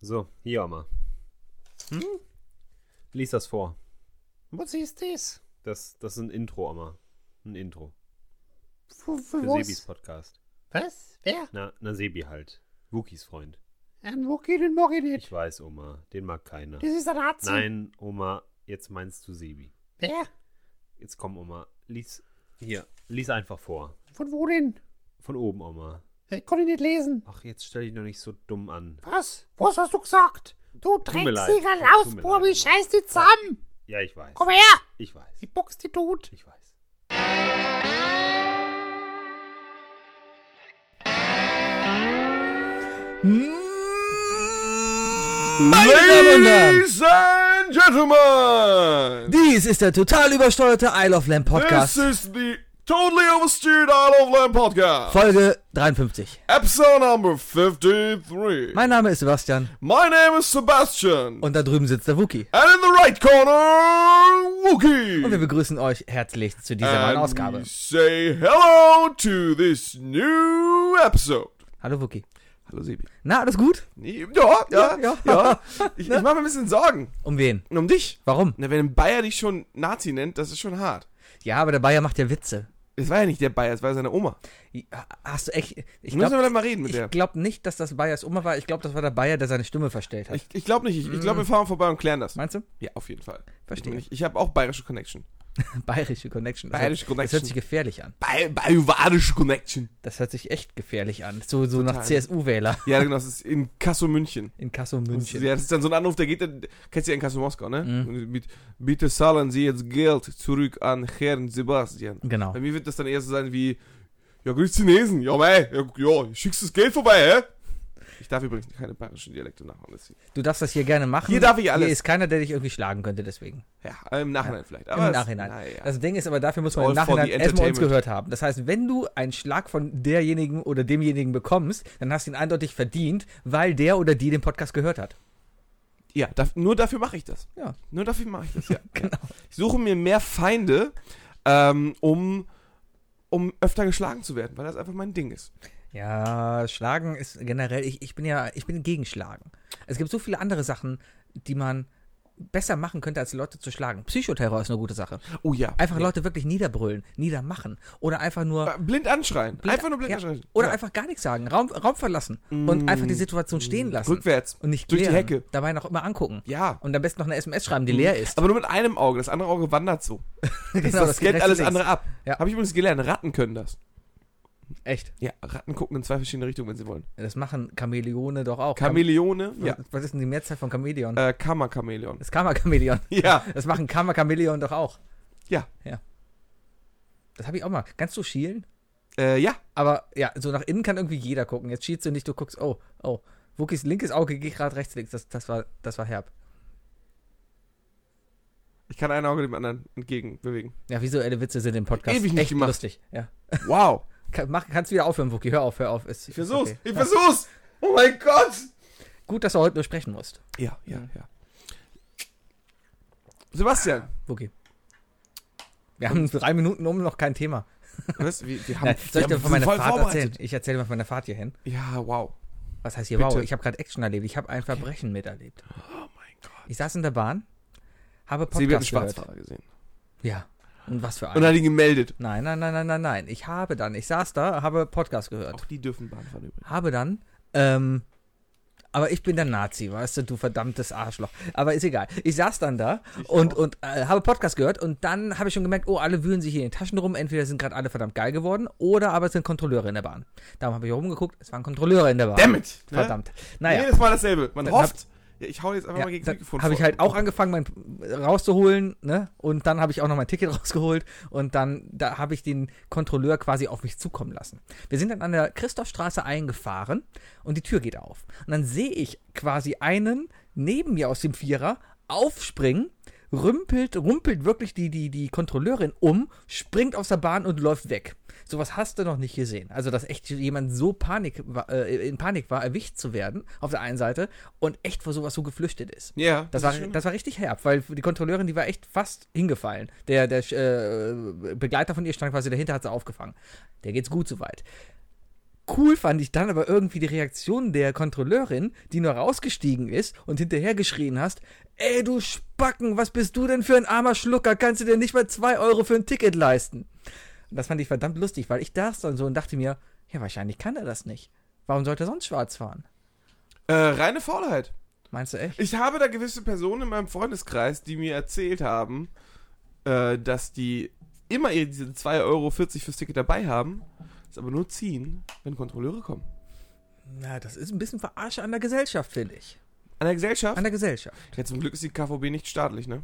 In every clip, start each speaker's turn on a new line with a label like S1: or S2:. S1: So, hier auch mal.
S2: Hm?
S1: Lies das vor.
S2: Was ist das?
S1: Das, das ist ein Intro, Oma. Ein Intro.
S2: Wo,
S1: Für
S2: wo,
S1: Sebis
S2: was?
S1: Podcast.
S2: Was? Wer?
S1: Na, na Sebi halt. Wookies Freund.
S2: An wo geht denn morgen nicht?
S1: Ich weiß, Oma. Den mag keiner.
S2: Das ist ein Arzt.
S1: Nein, Oma, jetzt meinst du Sebi.
S2: Wer?
S1: Jetzt komm, Oma. Lies. Hier, lies einfach vor.
S2: Von wo denn?
S1: Von oben, Oma.
S2: Ich konnte nicht lesen.
S1: Ach, jetzt stell dich noch nicht so dumm an.
S2: Was? Was hast du gesagt? Du
S1: mir leid.
S2: drecksiger
S1: Tut mir
S2: Lausbub,
S1: leid.
S2: ich scheiß dich zusammen.
S1: Ja, ich weiß.
S2: Komm her.
S1: Ich weiß.
S2: Ich box dich tot.
S1: Ich weiß.
S3: Meine Damen und Herren,
S4: and Gentlemen,
S3: dies ist der total übersteuerte Isle of Lamp
S4: this
S3: Podcast,
S4: is the totally oversteered Isle of Lamb podcast.
S3: Folge 53.
S4: Episode number 53.
S3: Mein Name ist Sebastian
S4: My name is Sebastian.
S3: und da drüben sitzt der Wookie.
S4: and in the right corner,
S3: Und wir
S4: Wookie.
S3: begrüßen euch herzlich zu dieser neuen
S4: And
S3: Ausgabe.
S4: we say hello to this new episode.
S3: Hallo Wookie.
S4: Hallo Sebi.
S3: Na, alles gut?
S4: Ja, ja, ja.
S3: Ja,
S4: Ich, ich mache mir ein bisschen Sorgen.
S3: Um wen?
S4: Um dich.
S3: Warum?
S4: Na, wenn ein Bayer dich schon Nazi nennt, das ist schon hart.
S3: Ja, aber der Bayer macht ja Witze.
S4: Es war ja nicht der Bayer, es war seine Oma.
S3: Hast du echt. Ich
S4: Ich muss
S3: glaube
S4: mal reden mit der.
S3: ich glaub nicht, dass das Bayers Oma war. Ich glaube, das war der Bayer, der seine Stimme verstellt hat.
S4: Ich, ich glaube nicht. Ich, ich glaube, wir fahren vorbei und klären das.
S3: Meinst du?
S4: Ja, auf jeden Fall.
S3: Verstehe.
S4: Ich, ich habe auch bayerische Connection.
S3: Bayerische Connection. Das
S4: Bayerische
S3: hört- Das
S4: Connection.
S3: hört sich gefährlich an.
S4: Bay- Bayerische Connection.
S3: Das hört sich echt gefährlich an. So, so nach
S4: Total.
S3: CSU-Wähler
S4: Ja, genau. Das ist in Kasso München.
S3: in Kassel
S4: Das ist-
S3: München. Mhm.
S4: Ja, das ist dann so ein Anruf, der geht dann, kennst du ja in Kasso Moskau, ne? Mit, bitte zahlen Sie jetzt Geld zurück an Herrn Sebastian.
S3: Genau.
S4: Bei mir wird das dann eher so sein wie, ja, grüß Chinesen, ja, mei, ja, ja, schickst das Geld vorbei, hä? Ich darf übrigens keine bayerischen Dialekte nachmachen. deswegen.
S3: Du darfst das hier gerne machen.
S4: Hier darf ich alles.
S3: Hier ist keiner, der dich irgendwie schlagen könnte, deswegen.
S4: Ja, im Nachhinein vielleicht.
S3: Im
S4: es-
S3: Nachhinein.
S4: naja.
S3: Das Ding ist aber, dafür muss man
S4: All
S3: im
S4: for
S3: Nachhinein
S4: the
S3: erstmal uns
S4: entertainment.
S3: gehört haben. Das heißt, wenn du einen Schlag von derjenigen oder demjenigen bekommst, dann hast du ihn eindeutig verdient, weil der oder die den Podcast gehört hat.
S4: Ja, da, nur dafür mache ich das.
S3: Ja.
S4: Nur dafür mache ich das, ja. genau. Ich suche mir mehr Feinde, ähm, um, um öfter geschlagen zu werden, weil das einfach mein Ding ist.
S3: Ja, Schlagen ist generell, ich, ich bin ja, ich bin gegen Schlagen. Es gibt so viele andere Sachen, die man besser machen könnte, als Leute zu schlagen. Psychoterror ist eine gute Sache.
S4: Oh ja.
S3: Einfach Leute wirklich niederbrüllen, niedermachen. Oder einfach nur.
S4: Äh, Blind anschreien.
S3: Blind-
S4: einfach nur blind
S3: ja.
S4: anschreien.
S3: Oder
S4: ja. Mm.
S3: einfach gar nichts sagen, Raum, Raum verlassen und einfach die Situation stehen lassen.
S4: Rückwärts.
S3: Und nicht
S4: Durch die
S3: klären.
S4: Hecke.
S3: Dabei noch immer angucken.
S4: Ja.
S3: Und am besten noch eine SMS schreiben, die leer ist.
S4: Aber nur mit einem Auge. Das andere Auge wandert so.
S3: Genau, das geht
S4: das, scannt
S3: rechts
S4: alles
S3: und links.
S4: andere ab.
S3: Ja.
S4: Habe ich übrigens gelernt. Ratten können das.
S3: Echt.
S4: Ja, Ratten gucken in zwei verschiedene Richtungen, wenn sie wollen.
S3: Das machen Chamäleone doch auch.
S4: Chamäleone.
S3: Cham-
S4: Ja.
S3: Was ist denn die Mehrzahl von Chamäleon?
S4: Äh, Kammerchamäleon.
S3: Das Kammer-Chamäleon.
S4: Ja.
S3: Das machen Kammer-Chamäleon doch auch.
S4: Ja.
S3: Das habe ich auch mal. Kannst du schielen?
S4: Äh, ja.
S3: Aber ja, so nach innen kann irgendwie jeder gucken. Jetzt schielst du nicht, du guckst, oh, oh. Wookies linkes Auge geht gerade rechts, links. Das, das, war, das war herb.
S4: Ich kann ein Auge dem anderen entgegenbewegen.
S3: Ja, visuelle Witze sind im Podcast
S4: Ewig nicht
S3: echt
S4: gemacht.
S3: lustig. Ja.
S4: Wow.
S3: Kann, mach, kannst wieder aufhören, Wookie. Hör auf, hör auf. Ist,
S4: Ich versuch's. Ich versuch's. Oh mein Gott. Mhm.
S3: Gut, dass du heute nur sprechen musst,
S4: Ja, ja, ja. Sebastian,
S3: Wookie. Wir haben drei Minuten um, noch kein Thema.
S4: was? Wir, wir haben,
S3: Nein, soll ich
S4: wir
S3: dir
S4: haben
S3: von meiner
S4: voll
S3: Fahrt
S4: vorbereitet.
S3: erzählen? Ich erzähle mal von meiner Fahrt hierhin.
S4: Ja, wow. Oh
S3: Was heißt hier?
S4: Bitte.
S3: Wow, ich habe gerade Action erlebt. Ich habe ein Verbrechen miterlebt.
S4: Oh mein Gott.
S3: Ich saß in der Bahn, habe
S4: Sie wird einen
S3: Podcast gehört.
S4: Schwarzfahrer gesehen.
S3: Ja. Und was für ein?
S4: Und hat ihn gemeldet.
S3: Nein, nein, nein, nein, nein, nein. Ich habe dann, ich saß da, habe Podcast gehört.
S4: Auch die dürfen Bahn fahren übrigens.
S3: Habe dann, ähm, aber ich bin der Nazi, weißt du, du verdammtes Arschloch. Aber ist egal. Ich saß dann da und, und äh, habe Podcast gehört und dann habe ich schon gemerkt, oh, alle wühlen sich hier in den Taschen rum. Entweder sind gerade alle verdammt geil geworden oder aber es sind Kontrolleure in der Bahn. Darum habe ich rumgeguckt, es waren Kontrolleure in der Bahn.
S4: Damn it! Ne?
S3: Verdammt. Naja.
S4: Jedes Mal dasselbe. Man
S3: Dann
S4: hofft. Ja, ich hau jetzt einfach
S3: Ja,
S4: mal gegen das
S3: dann
S4: Mikrofon
S3: habe ich
S4: vor.
S3: halt auch angefangen, mein rauszuholen, ne? Und dann habe ich auch noch mein Ticket rausgeholt und dann da habe ich den Kontrolleur quasi auf mich zukommen lassen. Wir sind dann an der Christophstraße eingefahren und die Tür geht auf. Und dann sehe ich quasi einen neben mir aus dem Vierer aufspringen, rümpelt, rumpelt wirklich die, die, die Kontrolleurin um, springt aus der Bahn und läuft weg. Sowas hast du noch nicht gesehen. Also, dass echt jemand so Panik, war- äh, in Panik war, erwischt zu werden, auf der einen Seite, und echt vor sowas so geflüchtet ist.
S4: Ja,
S3: Das
S4: das
S3: war,
S4: ist schlimm.
S3: das war richtig herb, weil die Kontrolleurin, die war echt fast hingefallen. Der, der äh, Begleiter von ihr stand quasi dahinter, hat sie aufgefangen. Der geht's gut soweit. Cool fand ich dann aber irgendwie die Reaktion der Kontrolleurin, die nur rausgestiegen ist und hinterher geschrien hast, ey du Spacken, was bist du denn für ein armer Schlucker, kannst du dir nicht mal zwei Euro für ein Ticket leisten? Und das fand ich verdammt lustig, weil ich das dann so und dachte mir, ja wahrscheinlich kann er das nicht. Warum sollte er sonst schwarz fahren?
S4: Äh, reine Faulheit.
S3: Meinst du echt?
S4: Ich habe da gewisse Personen in meinem Freundeskreis, die mir erzählt haben, äh, dass die immer ihr diese 2,40 Euro fürs Ticket dabei haben, es aber nur ziehen, wenn Kontrolleure kommen.
S3: Na, das ist ein bisschen Verarsche an der Gesellschaft, finde ich.
S4: An der Gesellschaft?
S3: An der Gesellschaft.
S4: ja, zum Glück ist die KVB nicht staatlich, ne?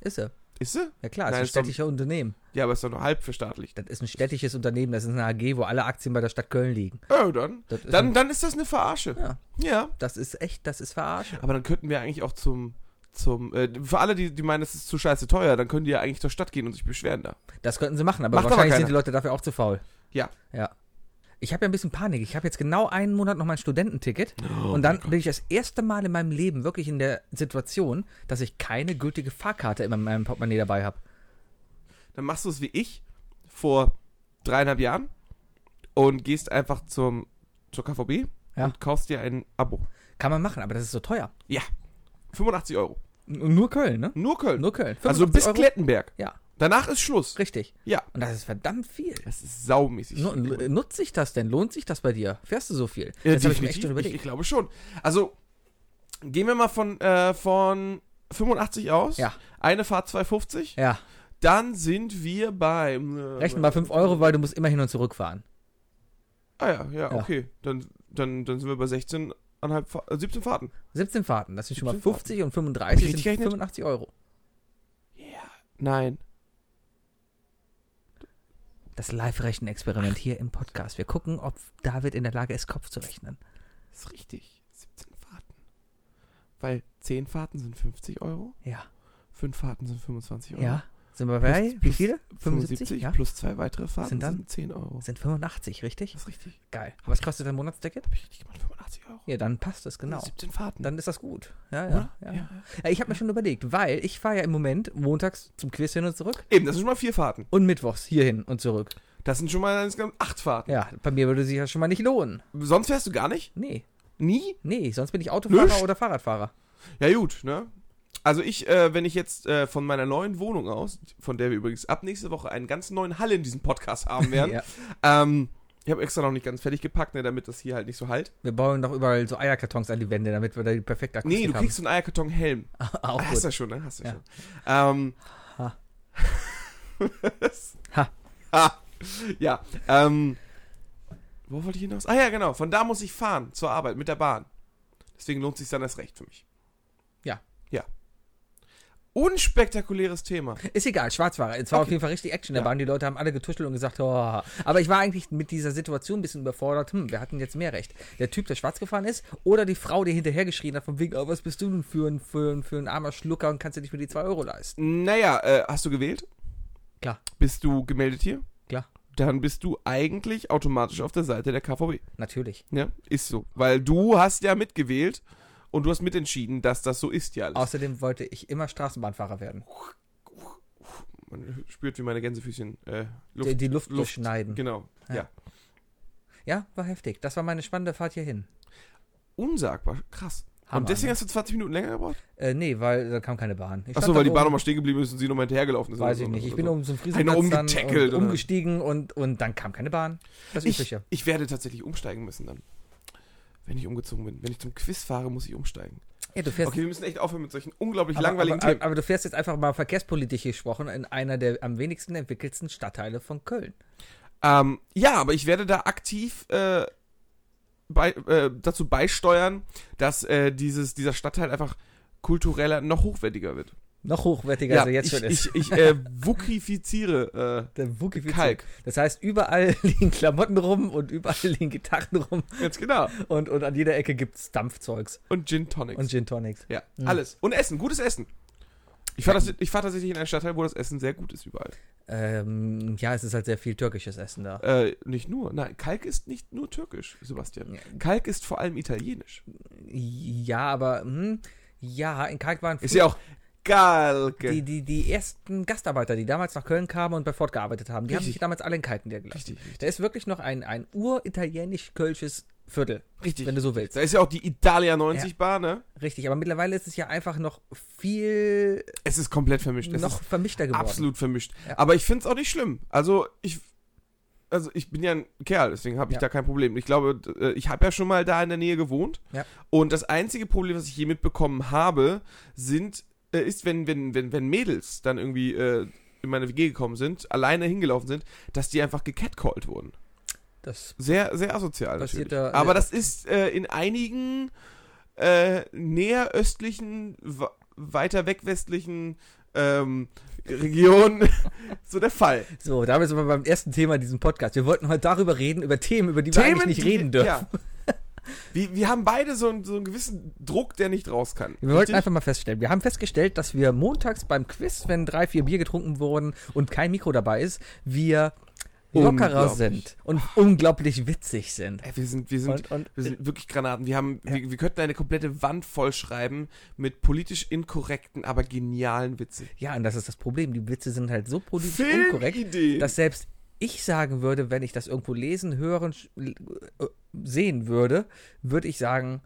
S3: Ist er.
S4: Ist sie?
S3: Ja klar, es
S4: Nein,
S3: ist ein
S4: ist doch-
S3: städtischer Unternehmen.
S4: Ja, aber ist doch nur halb verstaatlicht.
S3: Das ist ein städtisches Unternehmen, das ist eine AG, wo alle Aktien bei der Stadt Köln liegen.
S4: Oh, dann.
S3: Das ist,
S4: Dann, dann ist das eine Verarsche.
S3: Ja.
S4: ja.
S3: das ist echt, das ist Verarsche.
S4: Aber dann könnten wir eigentlich auch zum. zum äh, für alle, die, die meinen, es ist zu scheiße teuer, dann können die ja eigentlich zur Stadt gehen und sich beschweren da.
S3: Das könnten sie machen, aber
S4: Macht aber
S3: wahrscheinlich
S4: keiner.
S3: sind die Leute dafür auch zu faul.
S4: Ja.
S3: Ja. Ich habe ja ein bisschen Panik. Ich habe jetzt genau einen Monat noch mein Studententicket
S4: Oh
S3: und dann bin ich das erste Mal in meinem Leben wirklich in der Situation, dass ich keine gültige Fahrkarte in meinem Portemonnaie dabei habe.
S4: Dann machst du es wie ich vor dreieinhalb Jahren und gehst einfach zum, zur KVB
S3: Ja.
S4: und kaufst dir ein Abo.
S3: Kann man machen, aber das ist so teuer.
S4: 85 Euro.
S3: Und nur Köln, ne?
S4: Nur Köln.
S3: Nur Köln.
S4: also
S3: 85
S4: bis
S3: Euro?
S4: Klettenberg.
S3: Ja,
S4: Danach ist Schluss.
S3: richtig.
S4: Ja.
S3: Und das ist verdammt viel.
S4: Das ist saumäßig.
S3: Nu-
S4: viel.
S3: Nutzt sich das denn? Lohnt sich das bei dir? Fährst du so viel?
S4: Ja,
S3: das habe ich mir echt
S4: Äh,
S3: schon
S4: definitiv. ich,
S3: überlegt.
S4: ich glaube schon. Also, gehen wir mal von, äh, von 85 aus.
S3: Ja.
S4: Eine Fahrt 250.
S3: ja,
S4: Dann sind wir beim. Äh,
S3: rechnen mal 5 Euro, weil du musst immer hin und zurück fahren.
S4: Ah ja, ja,
S3: Ja.
S4: okay. Dann, dann, dann sind wir bei 16, Fa äh, 17 Fahrten.
S3: 17 Fahrten, das sind schon mal
S4: 17 Fahrten.
S3: 50 und
S4: Hab ich
S3: 35 sind
S4: richtig gerechnet?
S3: 85 Euro.
S4: Nein.
S3: Das Live-Rechen-Experiment hier im Podcast. Wir gucken, ob David in der Lage ist, Kopf zu rechnen.
S4: Ist richtig. 17 Fahrten. Weil 10 Fahrten sind 50 Euro,
S3: Ja.
S4: 5 Fahrten sind 25 Euro.
S3: Ja. Sind wir
S4: Plus-
S3: bei? Wie
S4: plus
S3: viele?
S4: 75
S3: Ja.
S4: plus zwei weitere Fahrten
S3: Sind
S4: sind,
S3: dann-
S4: 10 Euro.
S3: Sind 85, richtig?
S4: Das ist richtig.
S3: Geil. Was kostet dein Monatsticket?
S4: Hab ich richtig gemacht, 85 Euro.
S3: Ja, dann passt das, genau.
S4: 17 Fahrten.
S3: Dann ist das gut. Ja, ja.
S4: Oder?
S3: ja. ja ich habe mir schon überlegt, weil ich fahre ja im Moment montags zum Quiz hin und zurück
S4: Eben, das sind schon mal vier Fahrten.
S3: und mittwochs hierhin und zurück.
S4: Das sind schon mal insgesamt acht Fahrten.
S3: Ja, bei mir würde sich das schon mal nicht lohnen.
S4: Sonst fährst du gar nicht?
S3: Nee,
S4: Nie?
S3: nee, sonst bin ich Autofahrer
S4: Nicht?
S3: oder Fahrradfahrer.
S4: Ja, gut, ne? Also ich, äh, wenn ich jetzt äh, von meiner neuen Wohnung aus, von der wir übrigens ab nächste Woche einen ganz neuen Hall in diesem Podcast haben werden,
S3: Ja.
S4: ähm, ich habe extra noch nicht ganz fertig gepackt, ne, damit das hier halt nicht so halt.
S3: Wir bauen doch überall so Eierkartons an die Wände, damit wir da die perfekte Akustik
S4: Nee, du kriegst so einen Eierkarton-Helm.
S3: haben. Auch
S4: Ah, Hast
S3: gut.
S4: du schon, ne? Hast du
S3: Ja.
S4: schon. Ähm,
S3: Ha.
S4: Was?
S3: Ha.
S4: Ha. Ja. Ähm, wo wollte ich hinaus? Ah ja, genau. Von da muss ich fahren zur Arbeit mit der Bahn. Deswegen lohnt sich dann erst recht für mich.
S3: Ja.
S4: Ja. Unspektakuläres Thema.
S3: Ist egal, Schwarzfahrer. Es war auf jeden Fall richtig Action. Da
S4: Ja.
S3: waren die Leute, haben alle getuschelt und gesagt, oh. aber ich war eigentlich mit dieser Situation ein bisschen überfordert. Hm, wir hatten jetzt mehr Recht. Der Typ, der schwarz gefahren ist oder die Frau, die hinterher geschrien hat, von wegen, oh, was bist du denn für ein, für, ein, für ein armer Schlucker und kannst dir nicht mehr die 2 Euro leisten.
S4: Naja, äh, hast du gewählt?
S3: Klar.
S4: Bist du gemeldet hier?
S3: Klar.
S4: Dann bist du eigentlich automatisch auf der Seite der KVB.
S3: Natürlich.
S4: Ja, Ne? ist so. Weil du hast ja mitgewählt und du hast mitentschieden, dass das so ist ja alles.
S3: Außerdem wollte ich immer Straßenbahnfahrer werden.
S4: Man spürt, wie meine Gänsefüßchen äh, Luft.
S3: Die, die Luft,
S4: Luft.
S3: durchschneiden.
S4: Genau.
S3: Ja.
S4: Ja.
S3: Ja, war heftig. Das war meine spannende Fahrt hierhin.
S4: Unsagbar. Krass.
S3: Hammer,
S4: und deswegen
S3: ne?
S4: hast du 20 Minuten länger gebraucht?
S3: Äh, nee, weil da kam keine Bahn. Ich
S4: Achso,
S3: stand da
S4: weil die Bahn
S3: oben,
S4: nochmal stehen geblieben ist und sie nochmal hinterhergelaufen ist.
S3: Weiß
S4: oder
S3: ich
S4: so,
S3: nicht. Ich
S4: oder
S3: bin um
S4: so.
S3: oben zum
S4: Einer
S3: Friesenplatz dann und
S4: umgetackelt, oder?
S3: umgestiegen und, und dann kam keine Bahn. Das
S4: ich,
S3: Übliche.
S4: ich werde tatsächlich umsteigen müssen dann. Wenn ich umgezogen bin. Wenn ich zum Quiz fahre, muss ich umsteigen.
S3: Ja, du fährst
S4: Okay, wir müssen echt aufhören mit solchen unglaublich
S3: aber,
S4: langweiligen
S3: aber,
S4: Themen.
S3: aber du fährst jetzt einfach mal verkehrspolitisch gesprochen in einer der am wenigsten entwickelsten Stadtteile von Köln.
S4: Ähm, ja, aber ich werde da aktiv äh, bei, äh, dazu beisteuern, dass äh, dieses, dieser Stadtteil einfach kultureller noch hochwertiger wird.
S3: Noch hochwertiger, als er also jetzt
S4: ich,
S3: schon ist.
S4: ich, ich äh, wukifiziere
S3: Der
S4: äh,
S3: Wookie-
S4: Kalk.
S3: Das heißt, überall liegen Klamotten rum und überall liegen Gitarren rum
S4: Ganz genau.
S3: und, und an jeder Ecke gibt's Dampfzeugs
S4: Und Gin Tonics.
S3: und Gin Tonics.
S4: ja,
S3: Mhm.
S4: alles. Und Essen, gutes Essen. Ich fahre das- ich fahr tatsächlich in einen Stadtteil, wo das Essen sehr gut ist überall.
S3: Ähm, ja, es ist halt sehr viel türkisches Essen da.
S4: Äh, nicht nur. Nein, Kalk ist nicht nur türkisch, Sebastian. Kalk ist vor allem italienisch.
S3: Ja, aber hm, ja, in Kalk waren
S4: Ist ja auch Kalke.
S3: Die, die, die ersten Gastarbeiter, die damals nach Köln kamen und bei Ford gearbeitet haben, die haben
S4: Richtig.
S3: sich damals alle in Kaltenberg gelassen.
S4: Richtig, richtig.
S3: Da ist wirklich noch ein, ein uritalienisch-kölsches Viertel,
S4: Richtig.
S3: wenn du so willst.
S4: Da ist ja auch die Italia 90 Bar, ne?
S3: Richtig, aber mittlerweile ist es ja einfach noch viel
S4: Es ist komplett vermischt. Es
S3: noch
S4: ist
S3: vermischter geworden.
S4: absolut vermischt.
S3: Ja.
S4: Aber ich finde es auch nicht schlimm. Also ich, also ich bin ja ein Kerl, deswegen habe ich
S3: Ja.
S4: da kein Problem. Ich glaube, d- äh, ich habe ja schon mal da in der Nähe gewohnt.
S3: Ja.
S4: Und das einzige Problem, was ich je mitbekommen habe, sind, äh, ist, wenn, wenn, wenn, wenn Mädels dann irgendwie äh, in meine WG gekommen sind, alleine hingelaufen sind, dass die einfach gecatcalled wurden.
S3: Das
S4: Sehr, sehr asozial.
S3: Passiert
S4: natürlich.
S3: da-
S4: Aber das ist äh, in einigen äh, näher östlichen, wa- weiter weg westlichen ähm, Regionen so der Fall.
S3: So, damit sind wir beim ersten Thema in diesem Podcast. Wir wollten heute darüber reden, über Themen, über die wir eigentlich nicht
S4: die-
S3: reden dürfen.
S4: Ja. Wir, wir haben beide so, einen- so einen gewissen Druck, der nicht raus kann.
S3: Wir wollten
S4: Richtig?
S3: einfach mal feststellen. Wir haben festgestellt, dass wir montags beim Quiz, wenn drei, vier Bier getrunken wurden und kein Mikro dabei ist, wir lockerer
S4: Unglaublich.
S3: sind und unglaublich witzig sind.
S4: Ey, wir sind, wir
S3: Und,
S4: sind,
S3: und
S4: wir sind wirklich Granaten. Wir, haben, wir, wir könnten eine komplette Wand vollschreiben mit politisch inkorrekten, aber genialen Witzen.
S3: ja, und das ist das Problem. Die Witze sind halt so politisch unkorrekt,
S4: Filmideen.
S3: dass selbst ich sagen würde, wenn ich das irgendwo lesen, hören, sch- äh, sehen würde, würde ich sagen,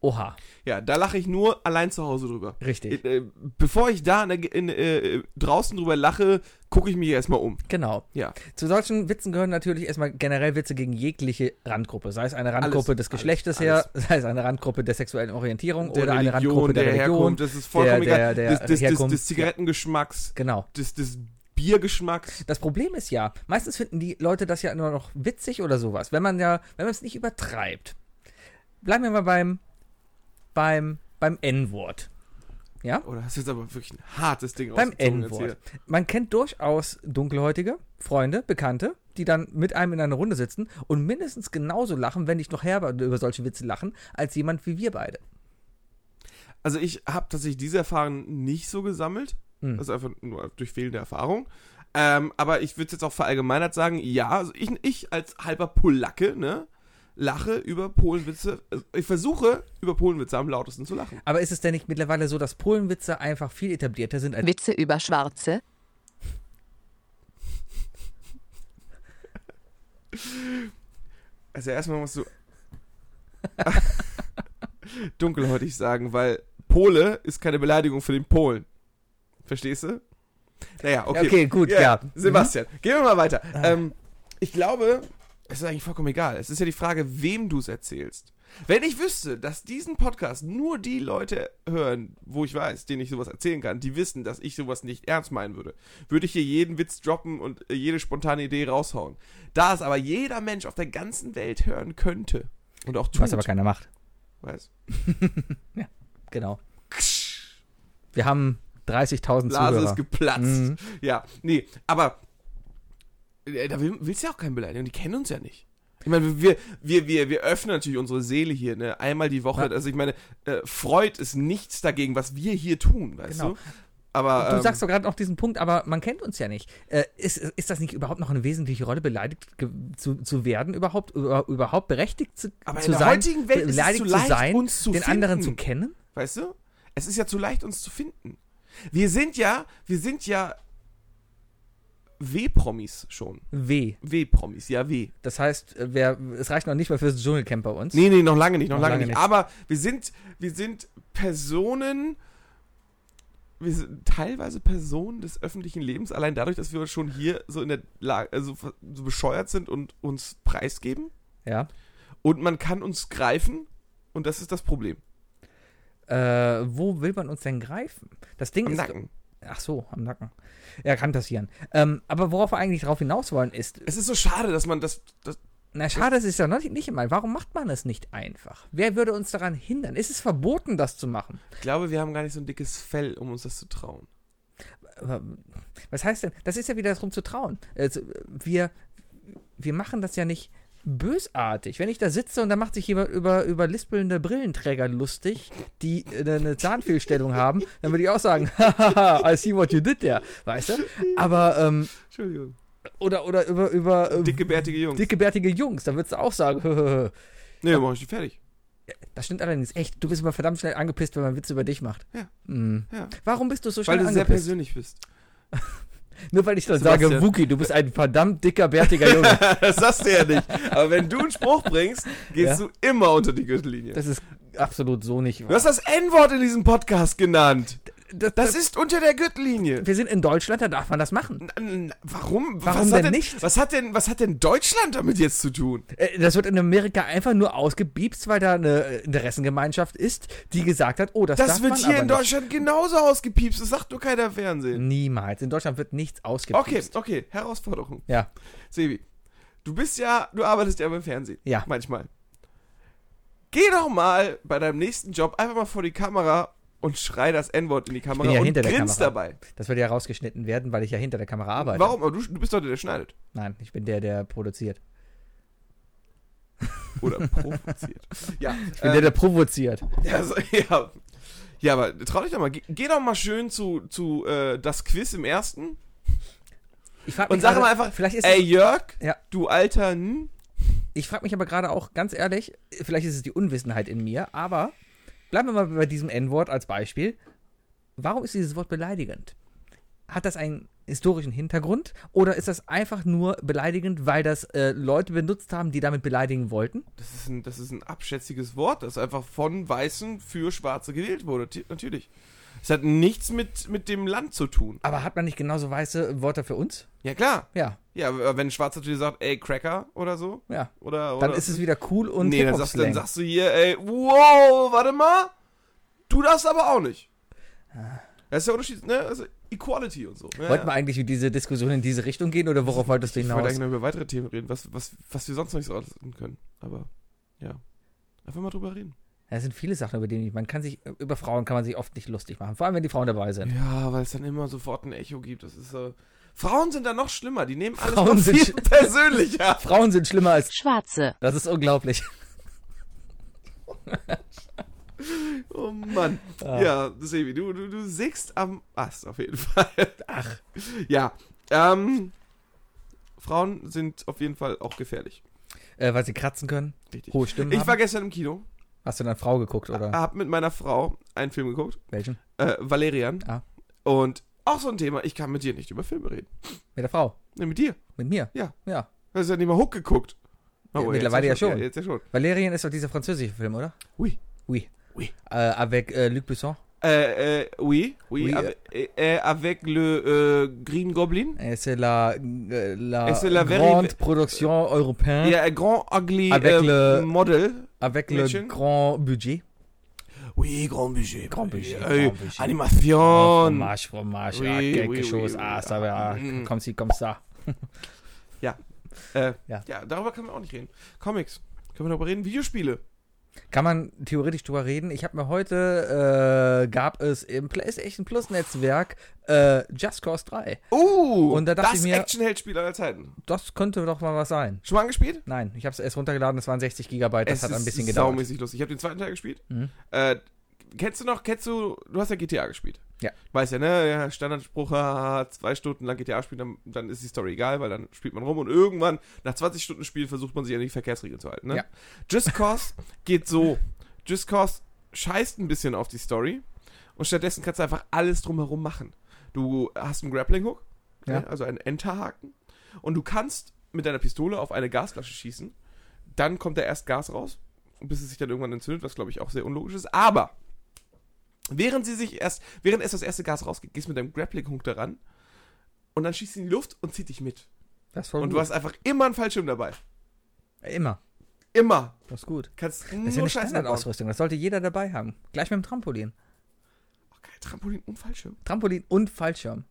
S3: oha,
S4: Ja, da lache ich nur allein zu Hause drüber.
S3: richtig.
S4: Äh, äh, Bevor ich da in, der- in, äh, draußen drüber lache, gucke ich mich erstmal um.
S3: Genau.
S4: Ja.
S3: Zu solchen Witzen gehören natürlich erstmal generell Witze gegen jegliche Randgruppe. Sei es eine Randgruppe
S4: Alles,
S3: des Geschlechtes
S4: alles,
S3: her, sei es eine Randgruppe der sexuellen Orientierung
S4: Der
S3: oder eine
S4: Religion,
S3: Randgruppe der, Religion.
S4: Herkunft, das ist vollkommen
S3: der-
S4: egal.
S3: der-
S4: des,
S3: der
S4: des, des,
S3: Herkunft,
S4: des Zigarettengeschmacks,
S3: Genau.
S4: des, des Biergeschmacks.
S3: Das Problem ist ja, meistens finden die Leute das ja nur noch witzig oder sowas, wenn man ja, wenn man es nicht übertreibt. Bleiben wir mal beim, beim, beim N-Wort.
S4: Oder Oh, das ist jetzt aber wirklich ein hartes Ding
S3: Beim
S4: rausgezogen jetzt
S3: N-Wort. Man kennt durchaus dunkelhäutige Freunde, Bekannte, die dann mit einem in einer Runde sitzen und mindestens genauso lachen, wenn nicht noch herber über solche Witze lachen, als jemand wie wir beide.
S4: hier. Also ich habe tatsächlich diese Erfahrung nicht so gesammelt.
S3: Hm.
S4: Das ist einfach nur durch fehlende Erfahrung. Ähm, aber ich würde jetzt auch verallgemeinert sagen, ja, also ich, ich als halber Polacke, ne, lache über Polenwitze. Also Ich versuche, über Polenwitze am lautesten zu lachen.
S3: Aber ist es denn nicht mittlerweile so, dass Polenwitze einfach viel etablierter sind als.
S5: Witze über Schwarze,
S4: Also erstmal musst du dunkelhäutig sagen, weil Pole ist keine Beleidigung für den Polen. Verstehst du? Naja, okay.
S3: Okay, gut, ja. Mhm. Ah.
S4: Sebastian, gehen wir mal weiter. Ähm, ich glaube, es ist eigentlich vollkommen egal. Es ist ja die Frage, wem du es erzählst. Wenn ich wüsste, dass diesen Podcast nur die Leute hören, wo ich weiß, denen ich sowas erzählen kann, die wissen, dass ich sowas nicht ernst meinen würde, würde ich hier jeden Witz droppen und äh, jede spontane Idee raushauen. Da es aber jeder Mensch auf der ganzen Welt hören könnte und auch tut,
S3: Was aber keiner macht.
S4: weiß,
S3: Genau. Wir haben 30.000
S4: Blase
S3: Zuhörer.
S4: ist geplatzt.
S3: Mhm.
S4: Ja, nee, aber äh, da will, willst du ja auch keinen beleidigen, die kennen uns ja nicht. Ich meine, wir, wir, wir, wir öffnen natürlich unsere Seele hier, ne? Einmal die Woche.
S3: Ja.
S4: Also ich meine, äh, freut ist nichts dagegen, was wir hier tun, weißt
S3: Genau.
S4: du? Aber
S3: Du
S4: ähm,
S3: sagst doch gerade noch diesen Punkt, aber man kennt uns ja nicht. Äh, ist, ist das nicht überhaupt noch eine wesentliche Rolle, beleidigt ge- zu, zu werden, überhaupt, über, überhaupt berechtigt zu,
S4: aber
S3: zu
S4: in der
S3: sein,
S4: heutigen Welt ist es
S3: beleidigt
S4: zu
S3: zu
S4: leicht,
S3: sein,
S4: uns zu
S3: den
S4: finden.
S3: anderen zu kennen?
S4: Weißt du? Es ist ja zu leicht, uns zu finden. Wir sind ja, wir sind ja W-Promis schon.
S3: Weh.
S4: W-Promis, ja W.
S3: Das heißt, äh, wer, es reicht noch nicht mal fürs Dschungelcamp bei uns.
S4: Nee, nee, noch lange nicht, noch,
S3: Noch
S4: lange,
S3: lange
S4: nicht.
S3: nicht.
S4: Aber wir sind, wir sind Personen, wir sind teilweise Personen des öffentlichen Lebens, allein dadurch, dass wir schon hier so in der Lage, also so bescheuert sind und uns preisgeben.
S3: Ja.
S4: Und man kann uns greifen und das ist das Problem.
S3: Äh, wo will man uns denn greifen? Das Ding
S4: Am
S3: ist,
S4: Nacken.
S3: Ach so, am Nacken. Ja, kann passieren. Ähm, aber worauf wir eigentlich drauf hinaus wollen ist,
S4: Es ist so schade, dass man das, das
S3: na schade, es ist ja noch nicht, nicht immer. Warum macht man es nicht einfach? Wer würde uns daran hindern? Ist es verboten, das zu machen?
S4: ich glaube, wir haben gar nicht so ein dickes Fell, um uns das zu trauen.
S3: Aber was heißt denn? Das ist ja wieder darum zu trauen. Also, wir, wir machen das ja nicht bösartig. Wenn ich da sitze und da macht sich jemand über, über lispelnde Brillenträger lustig, die äh, eine Zahnfehlstellung haben, dann würde ich auch sagen, hahaha, I see what you did there, weißt du? Aber, ähm,
S4: Entschuldigung.
S3: oder, oder über, über, äh,
S4: Dickgebärtige Jungs.
S3: dickebärtige Jungs, da würdest du auch sagen,
S4: nee, mach ich die fertig.
S3: Das stimmt allerdings echt. Du bist immer verdammt schnell angepisst, wenn man Witze über dich macht.
S4: Ja.
S3: Mhm.
S4: Ja.
S3: Warum bist du so
S4: Weil
S3: schnell
S4: du sehr
S3: angepisst?
S4: persönlich bist.
S3: Nur weil ich dann
S4: Sebastian.
S3: sage, Wookie, du bist ein verdammt dicker, bärtiger Junge.
S4: das sagst du ja nicht. Aber wenn du einen Spruch bringst, gehst du immer unter die Gürtellinie.
S3: Das ist absolut so nicht
S4: Du
S3: wahr.
S4: hast das N-Wort in diesem Podcast genannt.
S3: Das,
S4: Das ist unter der Gürtellinie.
S3: wir sind in Deutschland, da darf man das machen.
S4: N- n- Warum?
S3: Warum
S4: was hat
S3: denn
S4: denn
S3: nicht?
S4: Was hat denn, was hat denn Deutschland damit jetzt zu tun?
S3: Äh, Das wird in Amerika einfach nur ausgebiebst, weil da eine äh, Interessengemeinschaft ist, die gesagt hat, oh, das,
S4: Das
S3: darf
S4: wird
S3: man
S4: hier
S3: aber
S4: in
S3: nicht.
S4: Deutschland genauso ausgepiepst. Das sagt nur keiner im Fernsehen.
S3: Niemals. In Deutschland wird nichts ausgebiebst.
S4: Okay, okay, Herausforderung.
S3: Ja.
S4: Sebi, du bist ja, du arbeitest ja beim Fernsehen.
S3: Ja.
S4: Manchmal. Geh doch mal bei deinem nächsten Job einfach mal vor die Kamera und schrei das N-Wort in die Kamera
S3: ja
S4: und
S3: hinter der
S4: grinst
S3: Kamera.
S4: dabei.
S3: Das wird ja rausgeschnitten werden, weil ich ja hinter der Kamera arbeite.
S4: Warum? Aber du, du bist doch der, der schneidet.
S3: Nein, ich bin der, der produziert.
S4: Oder provoziert. ja. äh,
S3: Ich bin der, der provoziert.
S4: Ja, so, ja. ja, aber trau dich doch mal. Geh, geh doch mal schön zu, zu äh, das Quiz im ersten
S3: Ich frag
S4: und
S3: mich
S4: sag
S3: gerade-
S4: mal einfach,
S3: vielleicht ist
S4: ey Jörg,
S3: Ja.
S4: du alter, hm?
S3: Ich frage mich aber gerade auch ganz ehrlich, vielleicht ist es die Unwissenheit in mir, aber bleiben wir mal bei diesem N-Wort als Beispiel. Warum ist dieses Wort beleidigend? Hat das einen historischen Hintergrund oder ist das einfach nur beleidigend, weil das äh, Leute benutzt haben, die damit beleidigen wollten?
S4: Das ist, ein, das ist ein abschätziges Wort, das einfach von Weißen für Schwarze gewählt wurde, ti- natürlich. Es hat nichts mit, mit dem Land zu tun.
S3: Aber hat man nicht genauso weiße Wörter für uns?
S4: Ja, klar.
S3: Ja,
S4: Ja, aber wenn ein Schwarzer zu dir sagt, ey, Cracker oder so,
S3: ja.
S4: oder,
S3: Dann
S4: oder
S3: ist es wieder cool und
S4: Nee, dann
S3: Hip-Hop
S4: sagst, dann
S3: Slang.
S4: sagst du hier, ey, wow, warte mal, du darfst aber auch nicht.
S3: Ah.
S4: Das ist der Unterschied, ne? Also Equality und so. ne? Ja,
S3: Wollten wir
S4: ja.
S3: eigentlich mit dieser Diskussion in diese Richtung gehen oder worauf wolltest du
S4: Ich wollte
S3: hinaus?
S4: eigentlich noch über weitere Themen reden, was, was, was wir sonst noch nicht so alles können. Aber ja. Einfach mal drüber reden.
S3: Ja, Es sind viele Sachen, über die man kann sich, über Frauen kann man sich oft nicht lustig machen, vor allem wenn die Frauen dabei sind.
S4: Ja, weil es dann immer sofort ein Echo gibt. Das ist äh, Frauen sind da noch schlimmer, die nehmen alles
S3: Frauen
S4: noch
S3: sind
S4: viel persönlicher.
S3: Frauen sind schlimmer als
S5: Schwarze.
S3: Das ist unglaublich.
S4: Oh Mann. Ah. Ja, Sebi, du, du, du sägst am Ast auf jeden Fall. Ach. Ja. Ähm, Frauen sind auf jeden Fall auch gefährlich.
S3: Äh, weil sie kratzen können,
S4: Richtig.
S3: hohe Stimmen
S4: Ich
S3: haben.
S4: war Ah, gestern im Kino,
S3: Hast du dann Frau geguckt oder
S4: hab mit meiner Frau einen Film geguckt,
S3: welchen?
S4: äh, Valerian.
S3: Ah.
S4: Und auch so ein Thema, ich kann mit dir nicht über Filme reden.
S3: Mit der Frau,
S4: Nee, mit dir.
S3: mit mir.
S4: Ja.
S3: Ja.
S4: Du hast ja nicht mal hochgeguckt.
S3: Ja, mittlerweile ja schon.
S4: Ja, jetzt ja schon.
S3: Valerian ist doch dieser französische Film, oder?
S4: Oui.
S3: Oui.
S4: Oui.
S3: Äh, avec äh, Luc Besson.
S4: Äh, äh, oui, oui,
S3: Oui,
S4: avec, äh, äh, avec le äh, Green Goblin.
S3: Et C'est la, äh, la,
S4: Et c'est la very-
S3: grande production européenne
S4: Ja, äh, Grand Ugly
S3: Hm? Avec
S4: äh,
S3: le-
S4: Model.
S3: avec
S4: Mädchen.
S3: le grand budget.
S4: Oui, Grand Budget.
S3: Grand Budget,
S4: Äh,
S3: Grand Budget.
S4: Animation.
S3: Fromage, Fromage,
S4: Oui,
S3: ah,
S4: oui,
S3: Gag,
S4: oui,
S3: Geschoss,
S4: oui,
S3: ah,
S4: oui.
S3: ça va, ah,
S4: Mm.
S3: comme si, comme ça.
S4: Äh, ja.
S3: Ja.
S4: darüber können wir auch nicht reden. Comics. Können wir darüber reden? Videospiele.
S3: Kann man theoretisch drüber reden. Ich habe mir heute, äh, gab es im PlayStation Plus Netzwerk äh, Just Cause 3.
S4: Oh,
S3: Und da dachte
S4: das
S3: ich mir-
S4: Actionheld-Spiel aller Zeiten.
S3: Das könnte doch mal was sein.
S4: Schon mal angespielt?
S3: Nein, ich habe es erst runtergeladen, das waren 60 Gigabyte, das
S4: Es
S3: hat ein
S4: ist
S3: bisschen gedauert.
S4: saumäßig lustig. Ich habe den zweiten Teil gespielt.
S3: Mhm.
S4: Äh, kennst du noch, kennst du, du hast ja GTA gespielt.
S3: Ja.
S4: Weißt ja, ne, ja, Standardspruch, haha, zwei Stunden lang GTA spielen, dann, dann ist die Story egal, weil dann spielt man rum und irgendwann, nach 20 Stunden Spiel, versucht man sich an die Verkehrsregeln zu halten, ne?
S3: Ja.
S4: Just Cause geht so. Just Cause scheißt ein bisschen auf die Story und stattdessen kannst du einfach alles drumherum machen. Du hast einen Grappling-Hook,
S3: Ja.
S4: ne, also einen Enterhaken und du kannst mit deiner Pistole auf eine Gasflasche schießen dann kommt da erst Gas raus, bis es sich dann irgendwann entzündet, was glaube ich auch sehr unlogisch ist. Aber während sie sich erst, während erst das erste Gas rausgeht, gehst du mit deinem Grappling-Hook daran und dann schießt sie in die Luft und zieht dich mit.
S3: Das ist voll
S4: Und
S3: gut. Äh,
S4: du hast einfach immer einen Fallschirm dabei.
S3: Immer.
S4: Immer.
S3: Das ist gut.
S4: Kannst
S3: Das ist ja
S4: nur
S3: eine
S4: Scheiße bauen.
S3: Standardausrüstung, das sollte jeder dabei haben. Gleich mit dem Trampolin.
S4: Oh, geil, Trampolin und Fallschirm.
S3: Trampolin und Fallschirm.